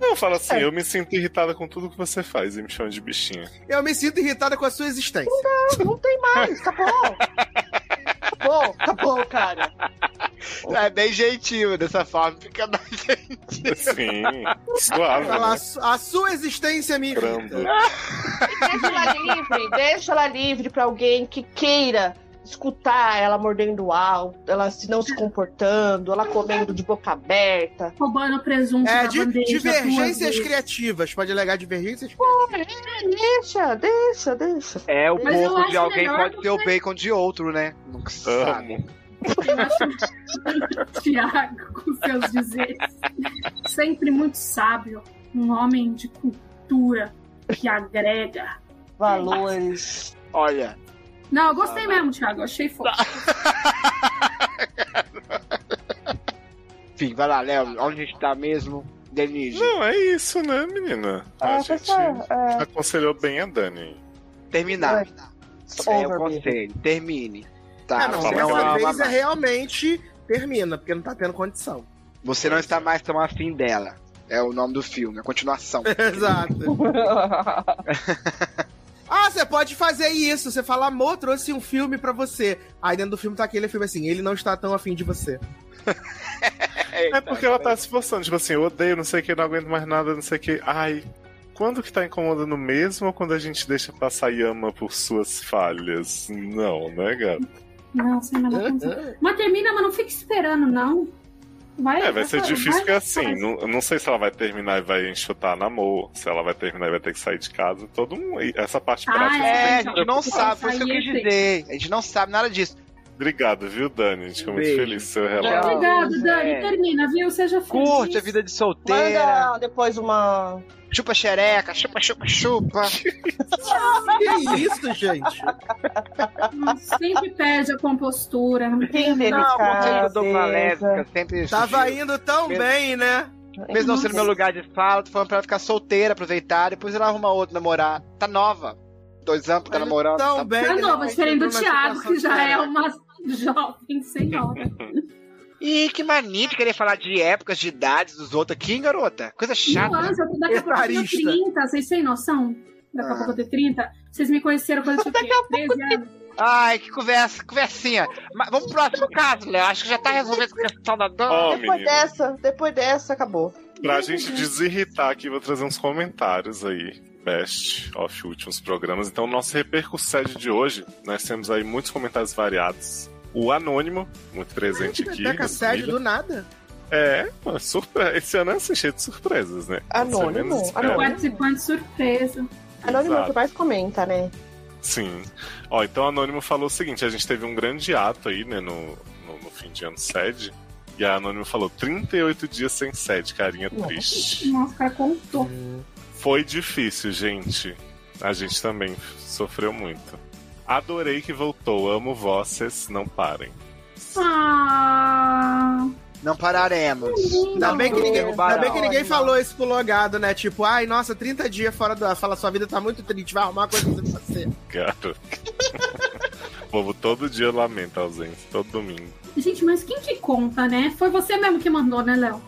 Não, fala assim, É. eu me sinto irritada com tudo que você faz e me chama de bichinha. Eu me sinto irritada com a sua existência. Não, não tem mais, acabou. acabou, acabou, cara. É bem gentil, dessa forma fica mais gentil. Sim, Fala, "A su- a sua existência me irrita. Deixa ela livre, deixa ela livre pra alguém que queira escutar ela mordendo alto, ela se não se comportando, ela comendo de boca aberta. Roubando presunto É, da di- bandeja duas divergências vezes. criativas. Pode alegar divergências? Deixa, deixa, deixa. É, o Mas eu bacon de acho alguém melhor pode você- ter o bacon de outro, né? Nunca se sabe. Tiago, com seus dizeres. Sempre muito sábio, um homem de cultura que agrega. Valores. Olha. Não, eu gostei mesmo, Tiago, achei fofo. Enfim, vai lá, Léo. Onde a gente tá mesmo? Denise. Não, é isso, né, menina? Ah, a gente pessoal, é. aconselhou bem a Dani. Terminar. É o over, conselho. Termine. Ah, Tá, não, você, dessa não ama vez é mais. realmente termina, porque não tá tendo condição. você não está mais tão afim dela. É o nome do filme, a continuação. É, Exato. Ah, você pode fazer isso. Você fala, amor, trouxe um filme pra você. Aí dentro do filme tá aquele filme assim, ele não está tão afim de você. É porque ela tá se esforçando, tipo assim, eu odeio, não sei o que, não aguento mais nada, não sei o que. Ai, quando que tá incomodando mesmo ou quando a gente deixa passar e ama por suas falhas? Não, né, gato? Não, sem nada aconteceu. Mas termina, mas não fica esperando, não. Vai, É, vai ser difícil vai- porque assim, não, eu não sei se ela vai terminar e vai enxotar namoro, se ela vai terminar e vai ter que sair de casa, todo mundo. e Essa parte Ah, prática. é, É, a então, gente não porque sabe, foi isso isso que eu aí quis é dizer. A gente não sabe nada disso. Obrigado, viu, Dani? A gente ficou muito Beijo. feliz com seu relato. Obrigado, Dani. É. Termina, viu? Seja feliz. Curte a vida de solteira. Manda depois uma. Chupa xereca, chupa, chupa, chupa. Que isso, gente? Sempre perde a compostura. Quem Não, conselho do Beleza. Valéria, sempre Tava sugiro. indo tão Mesmo- bem, né? Mesmo não sendo meu lugar de fala, tô falando pra ela ficar solteira, aproveitar, depois ela arruma outro namorado. Tá nova. Dois anos que tá namorando. tão tá- bem. Tá Ele nova, não diferente do entrou na Tiago, situação que já de é uma jovem senhora. É Ih, que mania de querer falar de épocas, de idades dos outros aqui, hein, garota? Coisa chata. né? Nossa, daqui a pouco eu tenho Etarista. 30, vocês sem noção? Daqui a Ah. pouco eu tenho 30. Vocês me conheceram quando eu tinha o quê? 13 anos. Ai, que conversa, conversinha. Mas vamos pro próximo caso, Léo. Acho que já tá resolvendo essa questão da Ó, dona. Depois menina, dessa, depois dessa, acabou. pra gente desirritar aqui, vou trazer uns comentários aí. Best of últimos programas. Então, nosso repercussede de hoje, nós temos aí muitos comentários variados. O Anônimo, muito um presente aqui. Biblioteca Tá sede resumido. do nada. É, pô, surpre... esse ano é assim, cheio de surpresas, né? Quando você Anônimo, menos espera. anônimo. Participante surpresa. Anônimo é o que Exato. mais comenta, né? Sim. Ó, então o Anônimo falou o seguinte: a gente teve um grande ato aí, né, no, no, no fim de ano sede. E a Anônimo falou: 38 dias sem sede, carinha triste. Nossa, o cara contou. Foi difícil, gente. A gente também sofreu muito. Adorei que voltou, amo vocês, não parem. Ah, Não pararemos. Ainda bem que ninguém, ainda derrubarão. bem que ninguém falou isso pro logado, né? Tipo, ai, nossa, 30 dias fora do ar. Fala, sua vida tá muito triste, vai arrumar uma coisa pra você. Cara. o povo todo dia lamenta a ausência, todo domingo. Gente, mas quem que conta, né? Foi você mesmo que mandou, né, Léo?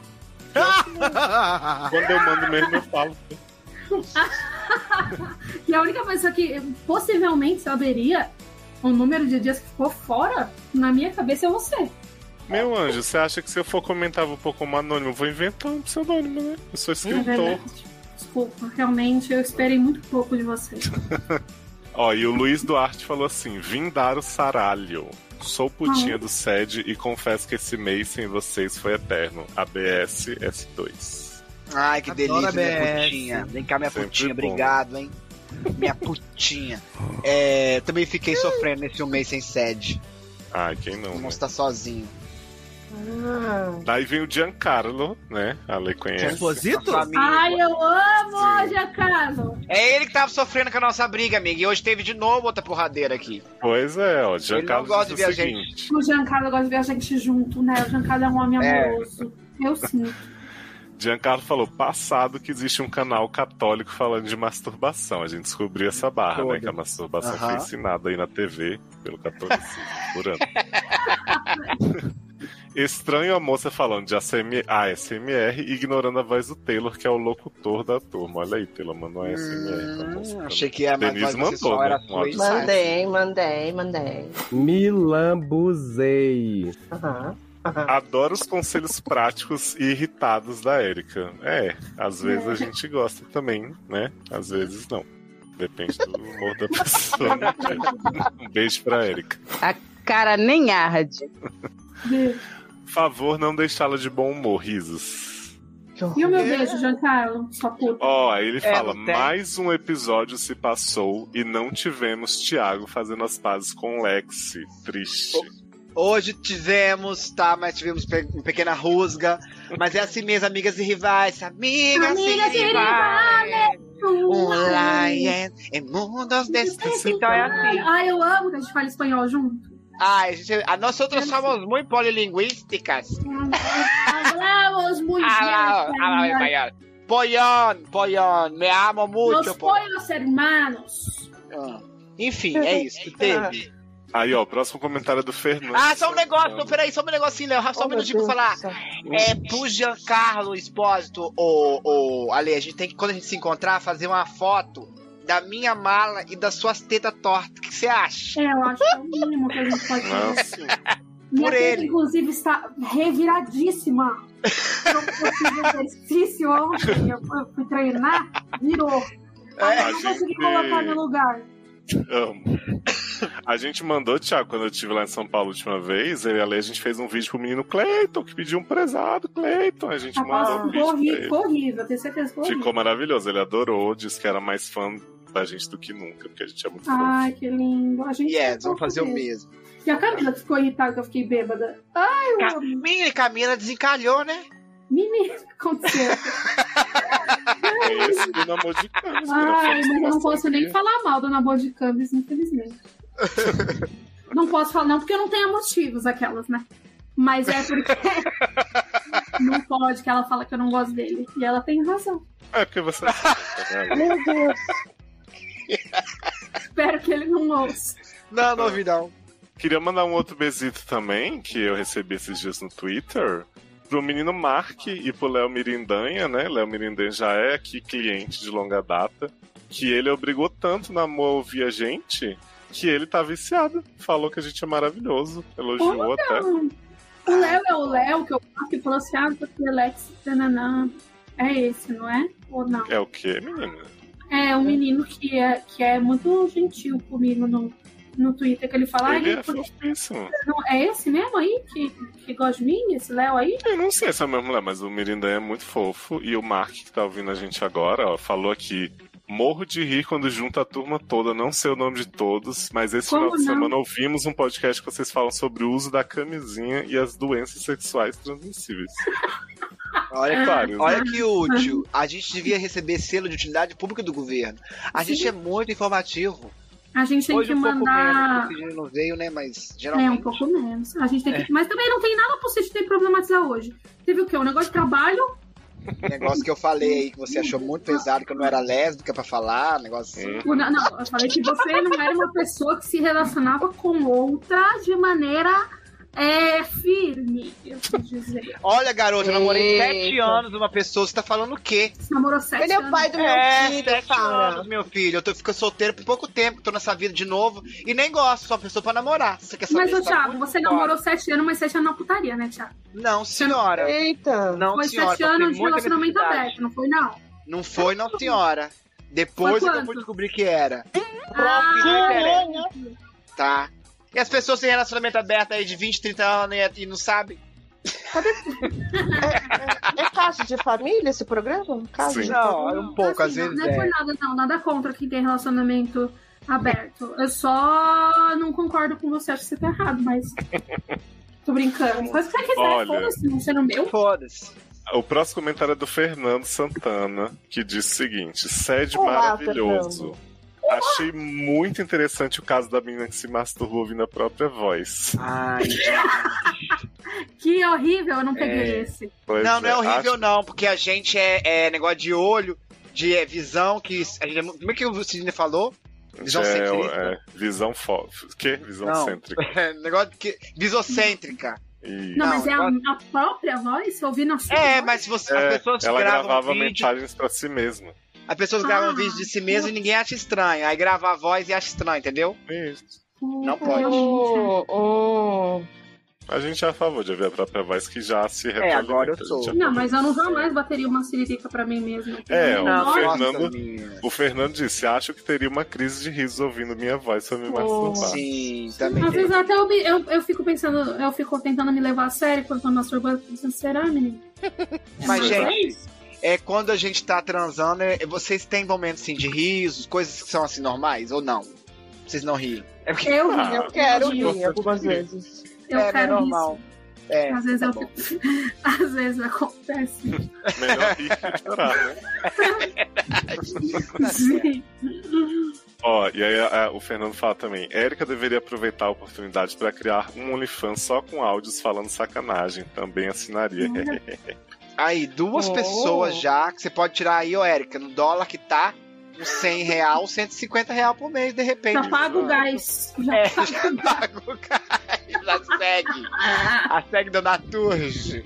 Quando eu mando mesmo, eu falo. E a única pessoa que possivelmente saberia o número de dias que ficou fora, na minha cabeça, é você. Meu anjo, você acha que se eu for comentar vou pôr como anônimo? Eu Vou inventar um pseudônimo, né? Eu sou escritor. verdade. Desculpa, realmente eu esperei muito pouco de você. Ó, e o Luiz Duarte falou assim: Vim dar o saralho. Sou putinha Ah. do SED e confesso que esse mês sem vocês foi eterno. ABS S2. Ai, que Adoro delícia, minha ABS. putinha. Vem cá, minha Sempre putinha. bom. Obrigado, hein? Minha putinha. É, também fiquei sofrendo nesse um mês sem sede. Ai, quem não? né? Não está sozinho. Daí vem o Giancarlo, né? A lei conhece. Composito? Ai, eu amo, Giancarlo! É ele que tava sofrendo com a nossa briga, amiga. E hoje teve de novo outra porradeira aqui. Pois é, ó. não Giancarlo gosta diz de o ver a gente. seguinte. O Giancarlo gosta de ver a gente junto, né? O Giancarlo é um homem É. amoroso. Eu sinto. Giancarlo falou, passado que existe um canal católico falando de masturbação. A gente descobriu essa barra, né? Que a masturbação Aham. foi ensinada aí na TV pelo catolicismo por ano. Estranho a moça falando de ASM ASMR e ignorando a voz do Taylor, que é o locutor da turma. Olha aí, Taylor mandou um ASMR pra moça. também. Hum, achei que a mais tá Denise voz mandou, sexual né? era Um áudio. Mandei, assim. mandei, mandei. Me lambuzei. Adoro os conselhos práticos e irritados da Érica. É, às vezes a gente gosta também, né? Às vezes não. Depende do humor da pessoa. né, gente? um beijo pra Érica. A cara nem arde. Favor não deixá-la de bom humor, risos. E o É. meu beijo, Giancarlo? Sua puta. Ó, aí ele É, fala: não tem. mais um episódio se passou e não tivemos Thiago fazendo as pazes com o Lexi. Triste. Hoje tivemos, tá? Mas tivemos pe- uma pequena rusga. Mas é assim mesmo, amigas e rivais. Amigas, Amigas e e rivais. Um Ai, lion em mundos destes. Então é assim. Ai, eu amo que a gente fala espanhol junto. Ai, gente, a nós outras somos muito polilinguísticas. Ah, Hablamos muito Alá, alá, espanhol. Poion, Poion, me amo muito. Los Poion. pollos hermanos. Enfim, é isso que teve. Aí, ó, o próximo comentário é do Fernando. Ah, só um negócio, não, peraí, só um negocinho, Léo, só um minutinho pra falar. É pro Giancarlo Espósito, o, o Ale, a gente tem que, quando a gente se encontrar, fazer uma foto da minha mala e das suas tetas tortas. O que você acha? É, eu acho que é o mínimo que a gente pode fazer. Minha Por teta, ele. inclusive, está reviradíssima. Não consegui exercício ontem, eu fui- eu fui treinar, virou. Aí A eu não consegui gente- colocar no lugar. Amo. A gente mandou, Thiago, quando eu estive lá em São Paulo a última vez, eu e a Lei, a gente fez um vídeo pro menino Cleiton, que pediu um prezado, Cleiton. A gente A mandou voz ficou um vídeo. pra horrível, ele. ficou horrível, eu tenho certeza que ficou Ficou horrível. maravilhoso, ele adorou, disse que era mais fã da gente do que nunca, porque a gente é muito fã. Ai, que lindo. A gente Yes, ficou vamos fazer o feliz. mesmo. E a Camila que ficou irritada que eu fiquei bêbada. Ai, eu Ca- amo. Menina, Camila desencalhou, né? Menina, o que aconteceu? É esse do namoro de Camis, que era Ai, fã de mas eu não Sebastião posso nem Vieira. falar mal do Namor de Camis, infelizmente. não posso falar, não, porque eu não tenho motivos aquelas, né? Mas é porque não pode que ela fala que eu não gosto dele. E ela tem razão. É porque você. é santa, né? Meu Deus. Espero que ele não ouça. Não, não ouvi não. Queria mandar um outro besito também, que eu recebi esses dias no Twitter, pro menino Mark e pro Léo Mirindanha, né? Léo Mirindanha já é aqui cliente de longa data, que ele obrigou tanto na amor a ouvir a gente, que ele tá viciado. Falou que a gente é maravilhoso, elogiou até. Então, o Léo é o Léo que eu gosto que falou assim: ah, porque Alex, tananã. É esse, não é? Ou não? É o quê, menina? É um menino que é, que é muito gentil comigo no, no Twitter, que ele fala. ele "Ai, é por- fofíssimo. não, é esse mesmo aí que, que gosta de mim? Esse Léo aí? Eu não sei se é o mesmo Léo, mas o Mirindanha é muito fofo. E o Mark, que tá ouvindo a gente agora, ó, falou aqui. Morro de rir quando junta a turma toda, não sei o nome de todos, mas esse Como final de não? semana ouvimos um podcast que vocês falam sobre o uso da camisinha e as doenças sexuais transmissíveis. Olha, Vários, né? olha que útil. A gente devia receber selo de utilidade pública do governo. A gente é muito informativo. A gente tem Hoje que um pouco mandar. menos, porque o Sidney não veio, né? Mas É, geralmente. um pouco menos. A gente tem que- É. Mas também não tem nada pra vocês terem que problematizar hoje. Teve o quê? Um negócio de trabalho? Negócio que eu falei aí que você achou muito pesado, que eu não era lésbica pra falar, É, negócio Hum. assim. O- Não, não, eu falei que você não era uma pessoa que se relacionava com outra de maneira é, firme, eu quis dizer. Olha, garota, eu namorei Eita. sete anos uma pessoa, você tá falando o quê? Você namorou sete Ele é o pai do meu é, filho, sete cara. anos, meu filho. Eu tô, fico solteiro por pouco tempo, tô nessa vida de novo e nem gosto, sou uma pessoa pra namorar. Você quer saber? Mas, ô, Tá Thiago, muito você fora. namorou sete anos, mas sete anos na putaria, né, Thiago? Não, senhora. Eita. Não, Foi senhora. sete eu tenho anos de muita relacionamento necessidade. aberto, não foi, não? Não foi, não, senhora. Depois Foi que eu quanto? fui descobrir que era. Ah, não interessa. né? Tá. E as pessoas têm relacionamento aberto aí de 20, 30 anos né? e, e não sabem? É caso de família esse programa? Caso de Não, é família? um pouco, às vezes. Não é por nada, não. Nada contra quem tem relacionamento aberto. Eu só não concordo com você, acho que você tá errado, mas. Tô brincando. Faz o que você quiser, Olha. foda-se, não cheiro meu. Foda-se. O próximo comentário é do Fernando Santana, que diz o seguinte: sede Olá, maravilhoso. Fernando. Achei muito interessante o caso da menina que se masturbou ouvindo a própria voz. Ai, Que horrível, eu não peguei É. esse. Pois não, não é horrível, acho- não, porque a gente é, é negócio de olho, de é, visão, que. A gente é, mu- como é que o Sidney falou? Visão é, centrista. é, visão fo... Que? Visão Não. cêntrica. É, negócio que. Visocêntrica. E- Não, mas é a, a própria voz? Se ouvir na sua. É, voz? mas se você, É, as pessoas ela gravam gravava vídeo, mensagens pra si mesma. as pessoas Ah. gravam vídeo de si mesmo e ninguém acha estranho. Aí grava a voz e acha estranho, entendeu? Não pode. Ô, ô. A gente é a favor de ouvir a própria voz que já se retroalimenta. agora eu a gente sou. é Não, mas eu não jamais bateria uma siririca pra mim mesmo. É, o Nossa. Fernando. minha. O Fernando disse: acho que teria uma crise de riso ouvindo minha voz pra me Oh, masturbar. Sim, também. Às vezes até eu, me- eu, eu fico pensando, eu fico tentando me levar a sério quando tô me masturbando, pensando, será, menino? Mas, Exato. gente, é quando a gente tá transando, é- vocês têm momentos assim de risos, coisas que são assim normais ou não? Vocês não riem. É porque Eu Ah, Eu quero eu rir algumas vezes. Eu é, né, quero normal. É, isso. Às vezes, tá eu bom. fico... Às vezes acontece. Melhor rir que chorar, né? Sim. Ó, e aí a- a- o Fernando fala também: Érica deveria aproveitar a oportunidade pra criar um OnlyFans só com áudios falando sacanagem. Também assinaria. Aí, duas Oh. pessoas já que você pode tirar aí, ô Érica, no dólar que tá, uns 100 real, 150 real por mês, de repente. Já paga o gás. Já É, paga o gás. Pago, cara, a segue. A segue da Naturge.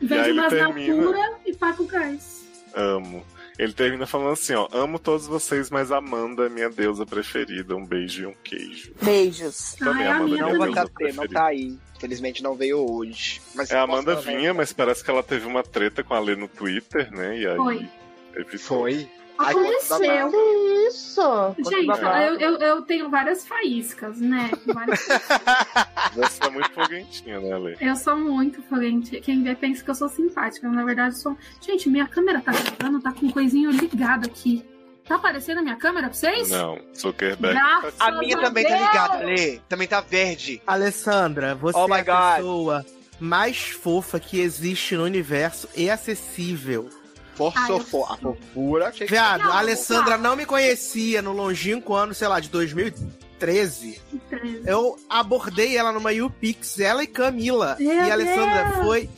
E aí Vende ele umas termina. natura e paga o gás. Amo. Ele termina falando assim: ó, amo todos vocês, mas Amanda é minha deusa preferida. Um beijo e um queijo. Beijos. Ai, Tá, Também, é a Amanda, minha Não meu também. vai Deus. tá ter, não tá aí. Infelizmente não veio hoje. Mas É, a Amanda posso, né? vinha, mas parece que ela teve uma treta com a Lê no Twitter, né? E aí. Foi. evitou. Foi. Aí quando dá Aconteceu. mais. Que isso? Gente, babado. eu, eu, eu tenho várias faíscas, né? Várias- Você tá muito foguentinha, né, Lê? Eu sou muito falante. Quem vê pensa que eu sou simpática. mas Na verdade, eu sou. Gente, minha câmera tá gravando, tá com um coisinho ligado aqui. Tá aparecendo a minha câmera pra vocês? Não, Zuckerberg. Graças A minha também tá Deus. ligada, Lê. Também tá verde. Alessandra, você Oh é my a God. pessoa mais fofa que existe no universo e acessível. Ai, eu- Forçofó. A fofura. achei que- Viado, Não, a Alessandra não me conhecia no longínquo ano, sei lá, de 2013. Eu abordei ela numa YouPix, ela e Camila. Meu e a Alessandra Deus! foi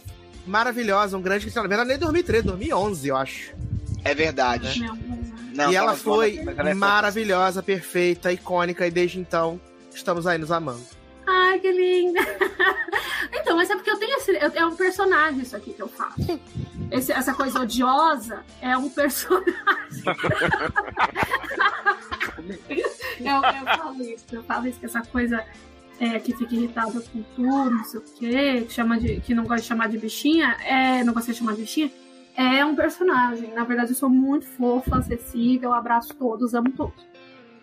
maravilhosa, um grande questionamento. Ela nem 2013, 2011, eu acho. É verdade. Meu Deus. Não, e tá ela mais foi bonita, mas ela é fofa. maravilhosa, perfeita, icônica, e desde então estamos aí nos amando. Ai, que linda! então, mas é porque eu tenho esse. eu- é um personagem isso aqui que eu faço. Esse- essa coisa odiosa é um personagem. eu, eu falo isso, eu falo isso, que essa coisa é, que fica irritada com tudo, não sei o quê, que, chama de, que não gosta de chamar de bichinha, é, não gosta de chamar de bichinha, é um personagem. Na verdade, eu sou muito fofa, acessível, abraço todos, amo todos.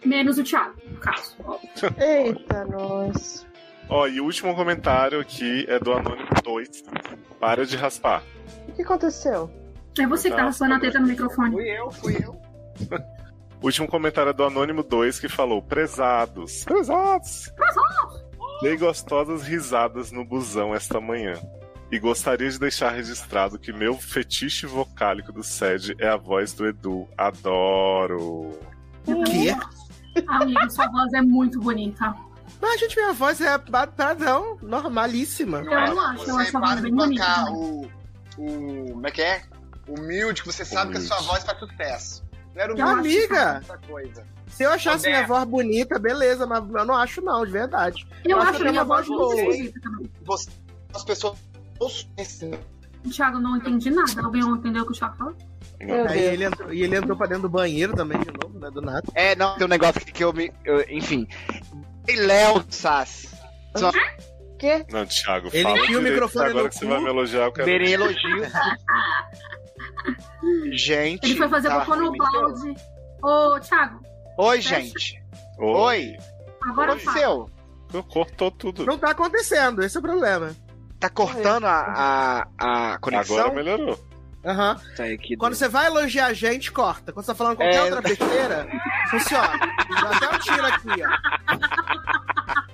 Menos o Thiago, no caso. Ó, Eita, nós. Ó, e o último comentário aqui é do Anônimo 2. Para de raspar. O que aconteceu? É você que tá raspando a teta no microfone. Fui eu, fui eu. O último comentário é do Anônimo 2 que falou: Prezados. Prezados. Dei gostosas risadas no busão esta manhã. E gostaria de deixar registrado que meu fetiche vocálico do SED é a voz do Edu. Adoro. Que? Amigo, sua voz é muito bonita. Mas, gente, minha voz é padrão, normalíssima. Eu não acho, eu Você acho a para voz de bem bonita. bancar o- O, o. Como é que é? Humilde, que você sabe que a sua voz faz sucesso. Não era Que humilde, amiga! essa coisa. Se eu achasse Roberto. minha voz bonita, beleza, mas eu não acho, não, de verdade. Eu acho a minha voz bonita. Você, as pessoas. O Thiago não entendi nada. Alguém não entendeu o que o Thiago falou? Meu Aí Deus. ele entrou, e ele entrou pra dentro do banheiro também de novo, né? Do nada. É, não, tem um negócio que, que eu me. eu- enfim. E Léo Sassi. Só... Quê? Não, Thiago, Ele fala enfia o direito, microfone agora no que cu. você vai me elogiar, eu quero... Verei elogio. Gente. Ele foi fazer tá cocô no limitando. balde. Ô, Thiago, Oi, gente. é Oi. agora fala. Cortou tudo. Não tá acontecendo, esse é o problema. Tá cortando a, a, a conexão? Agora melhorou. Aham. Tá aqui. Quando você vai elogiar a gente, corta. Quando você tá falando qualquer É. outra besteira, funciona. Dá até um tiro aqui, ó.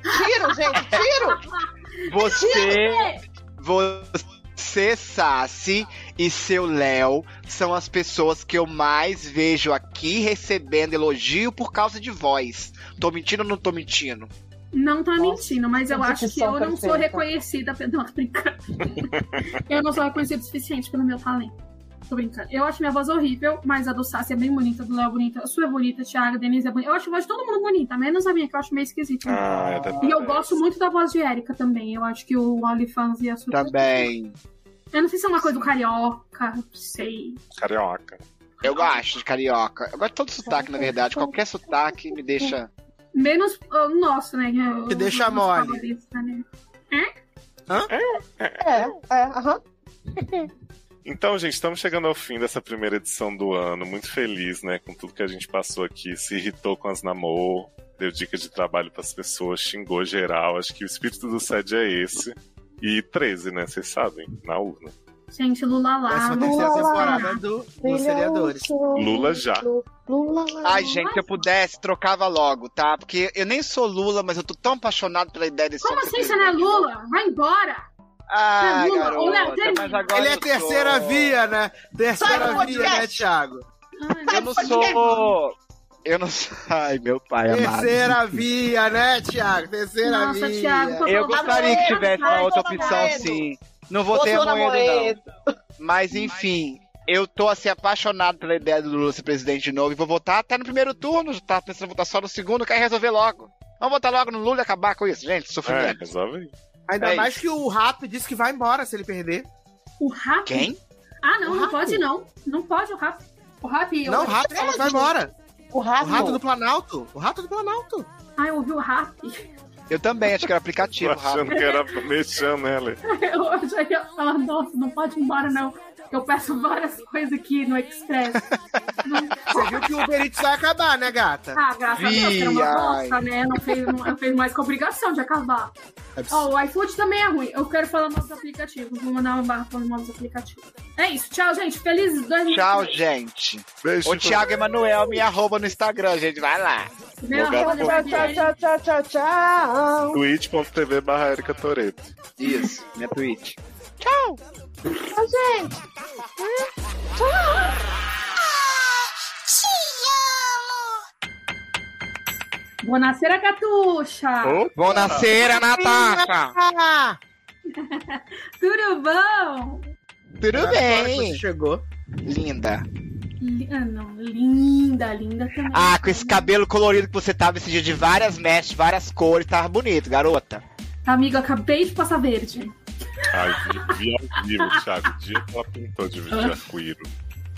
Tiro, gente, tiro! Você, você, Sassi e seu Léo são as pessoas que eu mais vejo aqui recebendo elogio por causa de voz. Tô mentindo ou não tô mentindo? Não tá mentindo, mas eu que acho que eu dicção não sou perfeita. reconhecida. pe- Não, tô brincando. eu não sou reconhecida o suficiente pelo meu talento. Tô brincando. Eu acho minha voz horrível, mas a do Sassi é bem bonita, a do Léo é bonita, a sua é bonita, a Thiago, a Denise é bonita. Eu acho a voz de todo mundo bonita, menos a minha, que eu acho meio esquisita. Ah, é da- e eu gosto muito da voz de Érica também. Eu acho que o OnlyFans e a sua. Tá. Também. Eu não sei se é uma coisa do carioca, não sei. Carioca. Eu gosto de carioca. Eu gosto de todo sotaque, na verdade. Qualquer sotaque me deixa. Menos ah, o nosso, né? que é o- Te deixa o- o- mole. paulista, né? Hã? Hã? É, é, aham. Então, gente, estamos chegando ao fim dessa primeira edição do ano. Muito feliz, né, com tudo que a gente passou aqui. Se irritou com as namor, deu dica de trabalho pras pessoas, xingou geral. Acho que o espírito do SED é esse. E 13, né? Vocês sabem, na urna. Gente, Lula Ah, lá. Essa é a Lula terceira lá. temporada do, dos seriadores. Lula já. Ai, gente, se eu pudesse, trocava logo, tá? Porque eu nem sou Lula, mas eu tô tão apaixonado pela ideia desse Como assim você não é Lula? Vai embora! Você é Ah, Lula? garota, Ô, Léo, termina. mas agora Ele é eu tô- terceira via, né? Sai do Terceira via, podcast. né, Thiago? Eu não sou. Eu não sou. Ai, meu pai amado. Terceira via, né, Thiago? Terceira Nossa, via. Thiago, tô Eu gostaria que tivesse uma outra opção, sim. Não vou ter moedo, não. Mas enfim, eu tô assim, apaixonado pela ideia do Lula ser presidente de novo e vou votar até no primeiro turno. Já tava pensando em votar só no segundo, quero resolver logo. Vamos votar logo no Lula e acabar com isso, gente. É, Sofrimento. resolve aí. Ainda É mais que o Rap disse que vai embora se ele perder. O É. Rap? Quem? Ah, não, não pode não. Não pode o Rap. O Rap. eu- Não, o Rato falou que vai embora. O Rato. O Rato do Planalto. O Rato do Planalto. Ah, eu ouvi o Rap. Eu também, acho que era aplicativo, Tô achando rápido. que era mexendo né, nela. Eu achei que. Ah, nossa, não pode ir embora não. Eu peço várias coisas aqui no Express. Você viu que o Uber Eats vai acabar, né, gata? Ah, graças a Deus, que era uma bosta, né? Não fez, não fez mais que obrigação de acabar. Ó, o iFood também é ruim. Eu quero falar mal dos aplicativos. Vou mandar uma barra falando mal dos aplicativos. É isso. Tchau, gente. Feliz 2020. Tchau, gente. Beijo. O Thiago Emanuel me arroba no Instagram, gente. Vai lá. Meu Obrigado arroba por- Gabriele. Tchau, tchau, tchau. twitch.tv barra Erika Toreto. Isso, minha Twitch. Tchau. Tchau, gente. Tchau. Boa nascer, a Catuxa. Bom nascer, Natasha. Tudo bom? Tudo bem. Chegou. Linda. Li- Ah, não. Linda, linda também. Ah, com esse cabelo colorido que você tava esse dia de várias mechas, várias cores, tava bonito, garota. Amigo, acabei de passar verde. Ai, vi, vi ao vivo, Thiago. O dia que ela pintou de, de arco-íro.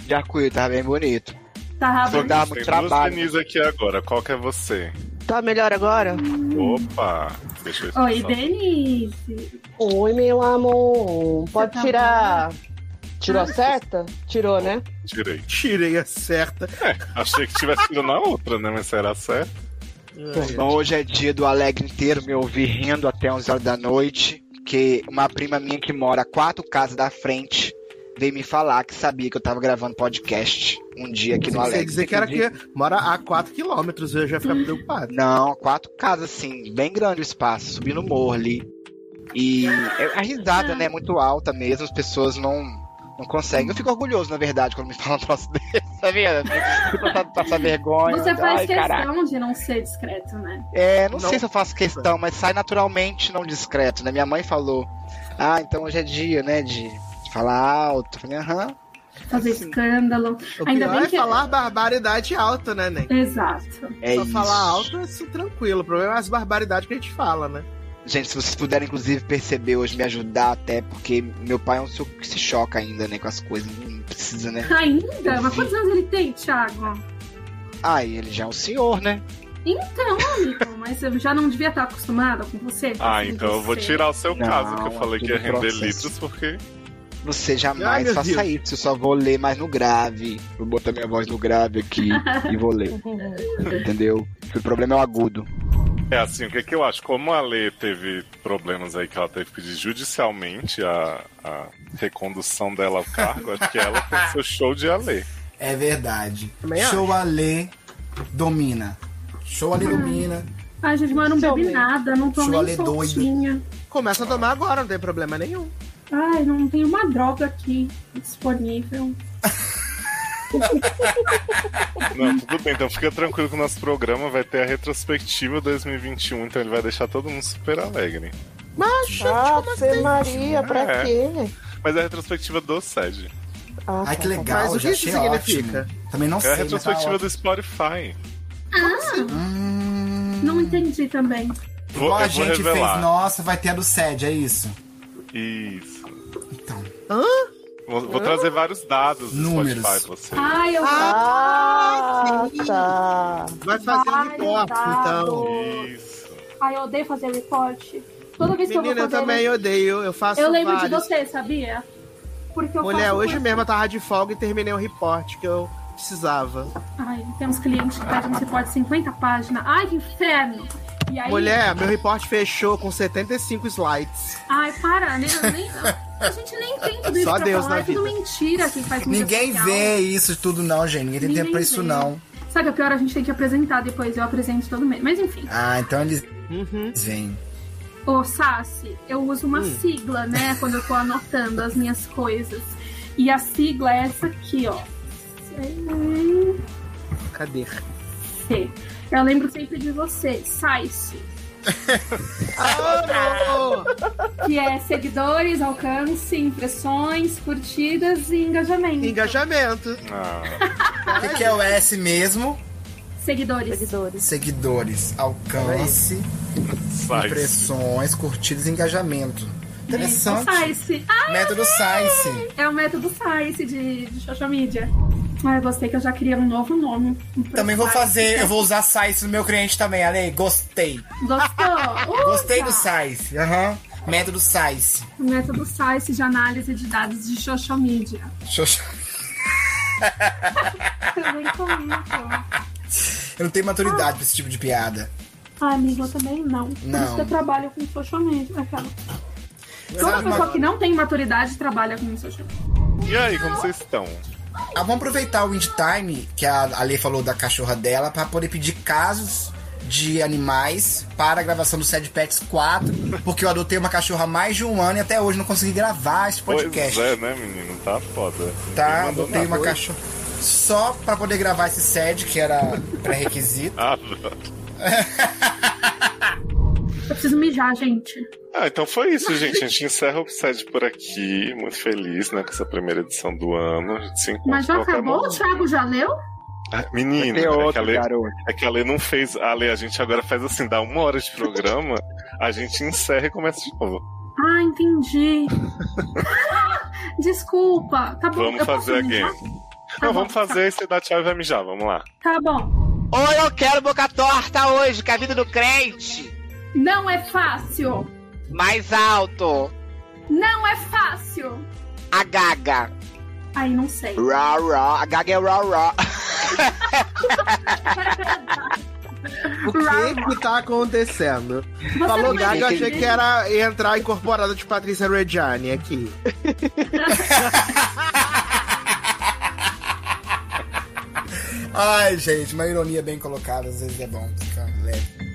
De arco-íris, tava bem bonito. Tá Vou dar muito Tem trabalho. duas Denise aqui agora. Qual que é você? Tá melhor agora? Opa! Deixa eu Oi, esquecer. Denise. Oi, meu amor. Pode tá tirar. Tirou a certa? Tirou, né? Tirei. Tirei a certa. Achei que tivesse sido na outra, né? Mas será certo? Então hoje é dia do Alegre inteiro me ouvir rindo até 11 horas da noite, que uma prima minha que mora a quatro casas da frente veio me falar que sabia que eu tava gravando podcast um dia aqui no Você Alegre. dizer que era que mora a 4km, eu já Hum, ficava preocupado. Não, quatro casas assim, bem grande o espaço, subi no morro ali. E é- a risada, né, é muito alta mesmo, as pessoas não Não consegue. Eu fico orgulhoso, na verdade, quando me falam um troço desse, tá vendo? Eu Fico passando passar vergonha. Você faz Ai, questão caraca. de não ser discreto, né? É, não, Não. sei se eu faço questão, mas sai naturalmente não discreto, né? Minha mãe falou, ah, então hoje é dia, né, de de falar alto. Eu falei, aham. Fazer escândalo. O Ainda pior bem é que. falar barbaridade alta, né, Nen? Exato. É Só isso. falar alto é assim, tranquilo. O problema é as barbaridades que a gente fala, né? Gente, se vocês puderem, inclusive, perceber hoje, me ajudar até, porque meu pai é um suco que se choca ainda, né, com as coisas. Não precisa, né? Ainda? Mas quantos anos ele tem, Thiago? Ai, ele já é um senhor, né? Então, amigo, mas eu já não devia estar acostumada com você. com Ah, Assim tudo então eu vou você. tirar o seu Não, caso, que eu falei que ia aquele render processo. litros, porque. Você Ai, jamais meu faça Deus. isso, eu só vou ler mais no grave. Vou botar minha voz no grave aqui e vou ler. Entendeu? O problema é o agudo. É assim, o que, que eu acho? Como a Lê teve problemas aí que ela teve que pedir judicialmente a, a recondução dela ao cargo, acho que ela tem seu show de Alê. É verdade. Show Alê domina. Show Alê domina. Ai, gente, mas eu não bebi nada, não Sua tomei lê doida. soltinha. Começa a tomar agora, não tem problema nenhum. Ai, não tem uma droga aqui disponível. Não, tudo bem, então fica tranquilo que o nosso programa vai ter a retrospectiva 2021, então ele vai deixar todo mundo super alegre. Mas, Nossa, Maria, pra É. quê? Mas é a retrospectiva do É SED. Ah, Ai, que tá, tá, legal. tá. já achei ótimo. Também não é sei. a mas tá retrospectiva ótimo. do Spotify. Ah! Hum. Não entendi também. Vou, Igual a eu vou gente revelar. fez nossa, vai ter a do SED, é isso? Então, Isso. Hã? Vou, vou trazer vários dados do Números. Spotify pra você. Ai, eu Ah, tá. Vai fazer um Ai, report, dado. então. Ai, eu odeio fazer report. Toda vez que Menina, eu vou eu fazer. também odeio. Eu faço eu lembro de vários. você, sabia? Porque eu Mulher, faço hoje coisa- mesmo eu tava de folga e terminei um report que eu precisava. Ai, temos clientes que pedem um report de 50 páginas. Ai, que inferno! E aí... Mulher, meu report fechou com 75 slides. Ai, para, né? Eu nem- A gente nem entende tudo isso Só pra Deus falar, na é tudo vida. mentira que faz mídia Ninguém social. vê isso tudo, não, gente. Ninguém tem tempo pra Ninguém isso, vê. não. Sabe, o pior a gente tem que apresentar depois, eu apresento todo mês. Mas enfim. Ah, então eles Uhum. vêm. Ô, Sassi, eu uso uma Hum. sigla, né, quando eu tô anotando as minhas coisas. E a sigla é essa aqui, ó. Cadê? C. Eu lembro sempre de você, SAICE. que é seguidores, alcance, impressões, curtidas e engajamento. Engajamento. O que, que é o S mesmo? Seguidores. Né? Seguidores, alcance, impressões, curtidas e engajamento. Interessante. É, o SAICE. Ai, Método amei! SAICE. É o método SAICE de, de social media. Ai, eu gostei que eu já queria um né? novo nome. Também vou fazer, eu vou usar SAICE no meu cliente também, Ale. Gostei. Gostou? Gostei Usa! do SAICE. Aham. Método SAICE. O método SAICE de análise de dados de social media. Xoxa. Eu nem comento. Eu não tenho maturidade pra esse tipo de piada. Ah, amigo, eu também não. Não. Por isso que eu trabalho com social media. Aquela. Toda Sabe, pessoa mas- que não tem maturidade trabalha com social media. E aí, como vocês estão? Ah, vamos aproveitar o Wind Time, que a Ale falou da cachorra dela, pra poder pedir casos de animais para a gravação do Sad Pets 4, porque eu adotei uma cachorra há mais de um ano e até hoje não consegui gravar esse podcast. Pois é, né, menino? Tá foda. Tá, Ninguém mandou adotei nada. uma cachorra só pra poder gravar esse Sad, que era pré-requisito. Ah, pronto. Eu preciso mijar, gente. Ah, então foi isso, gente. A gente encerra o Upside por aqui. Muito feliz, né, com essa primeira edição do ano. A gente se encontra Mas já a qualquer acabou? O momento. Thiago já leu? Ah, Menino, Vai ter é, que outro, a Lê, garoto. é que a Lê não fez. A Lê, a gente agora faz assim, dá uma hora de programa, a gente encerra e começa de novo. Ah, entendi. Desculpa. Tá bom. Vamos eu posso fazer a mijar? game. não, vamos fazer, aí você dá tchau e vai mijar, vamos lá. Tá bom. Oi, eu quero boca torta hoje, que a vida do crente. Não é fácil. Mais alto. Não é fácil. A gaga. Aí não sei. Rá, rá. A gaga é rá, rá. O que que tá acontecendo? Falou não vai Gaga, eu entender. achei que era entrar incorporada de Patrícia Reggiani aqui. Ai, gente, uma ironia bem colocada, às vezes é bom ficar leve.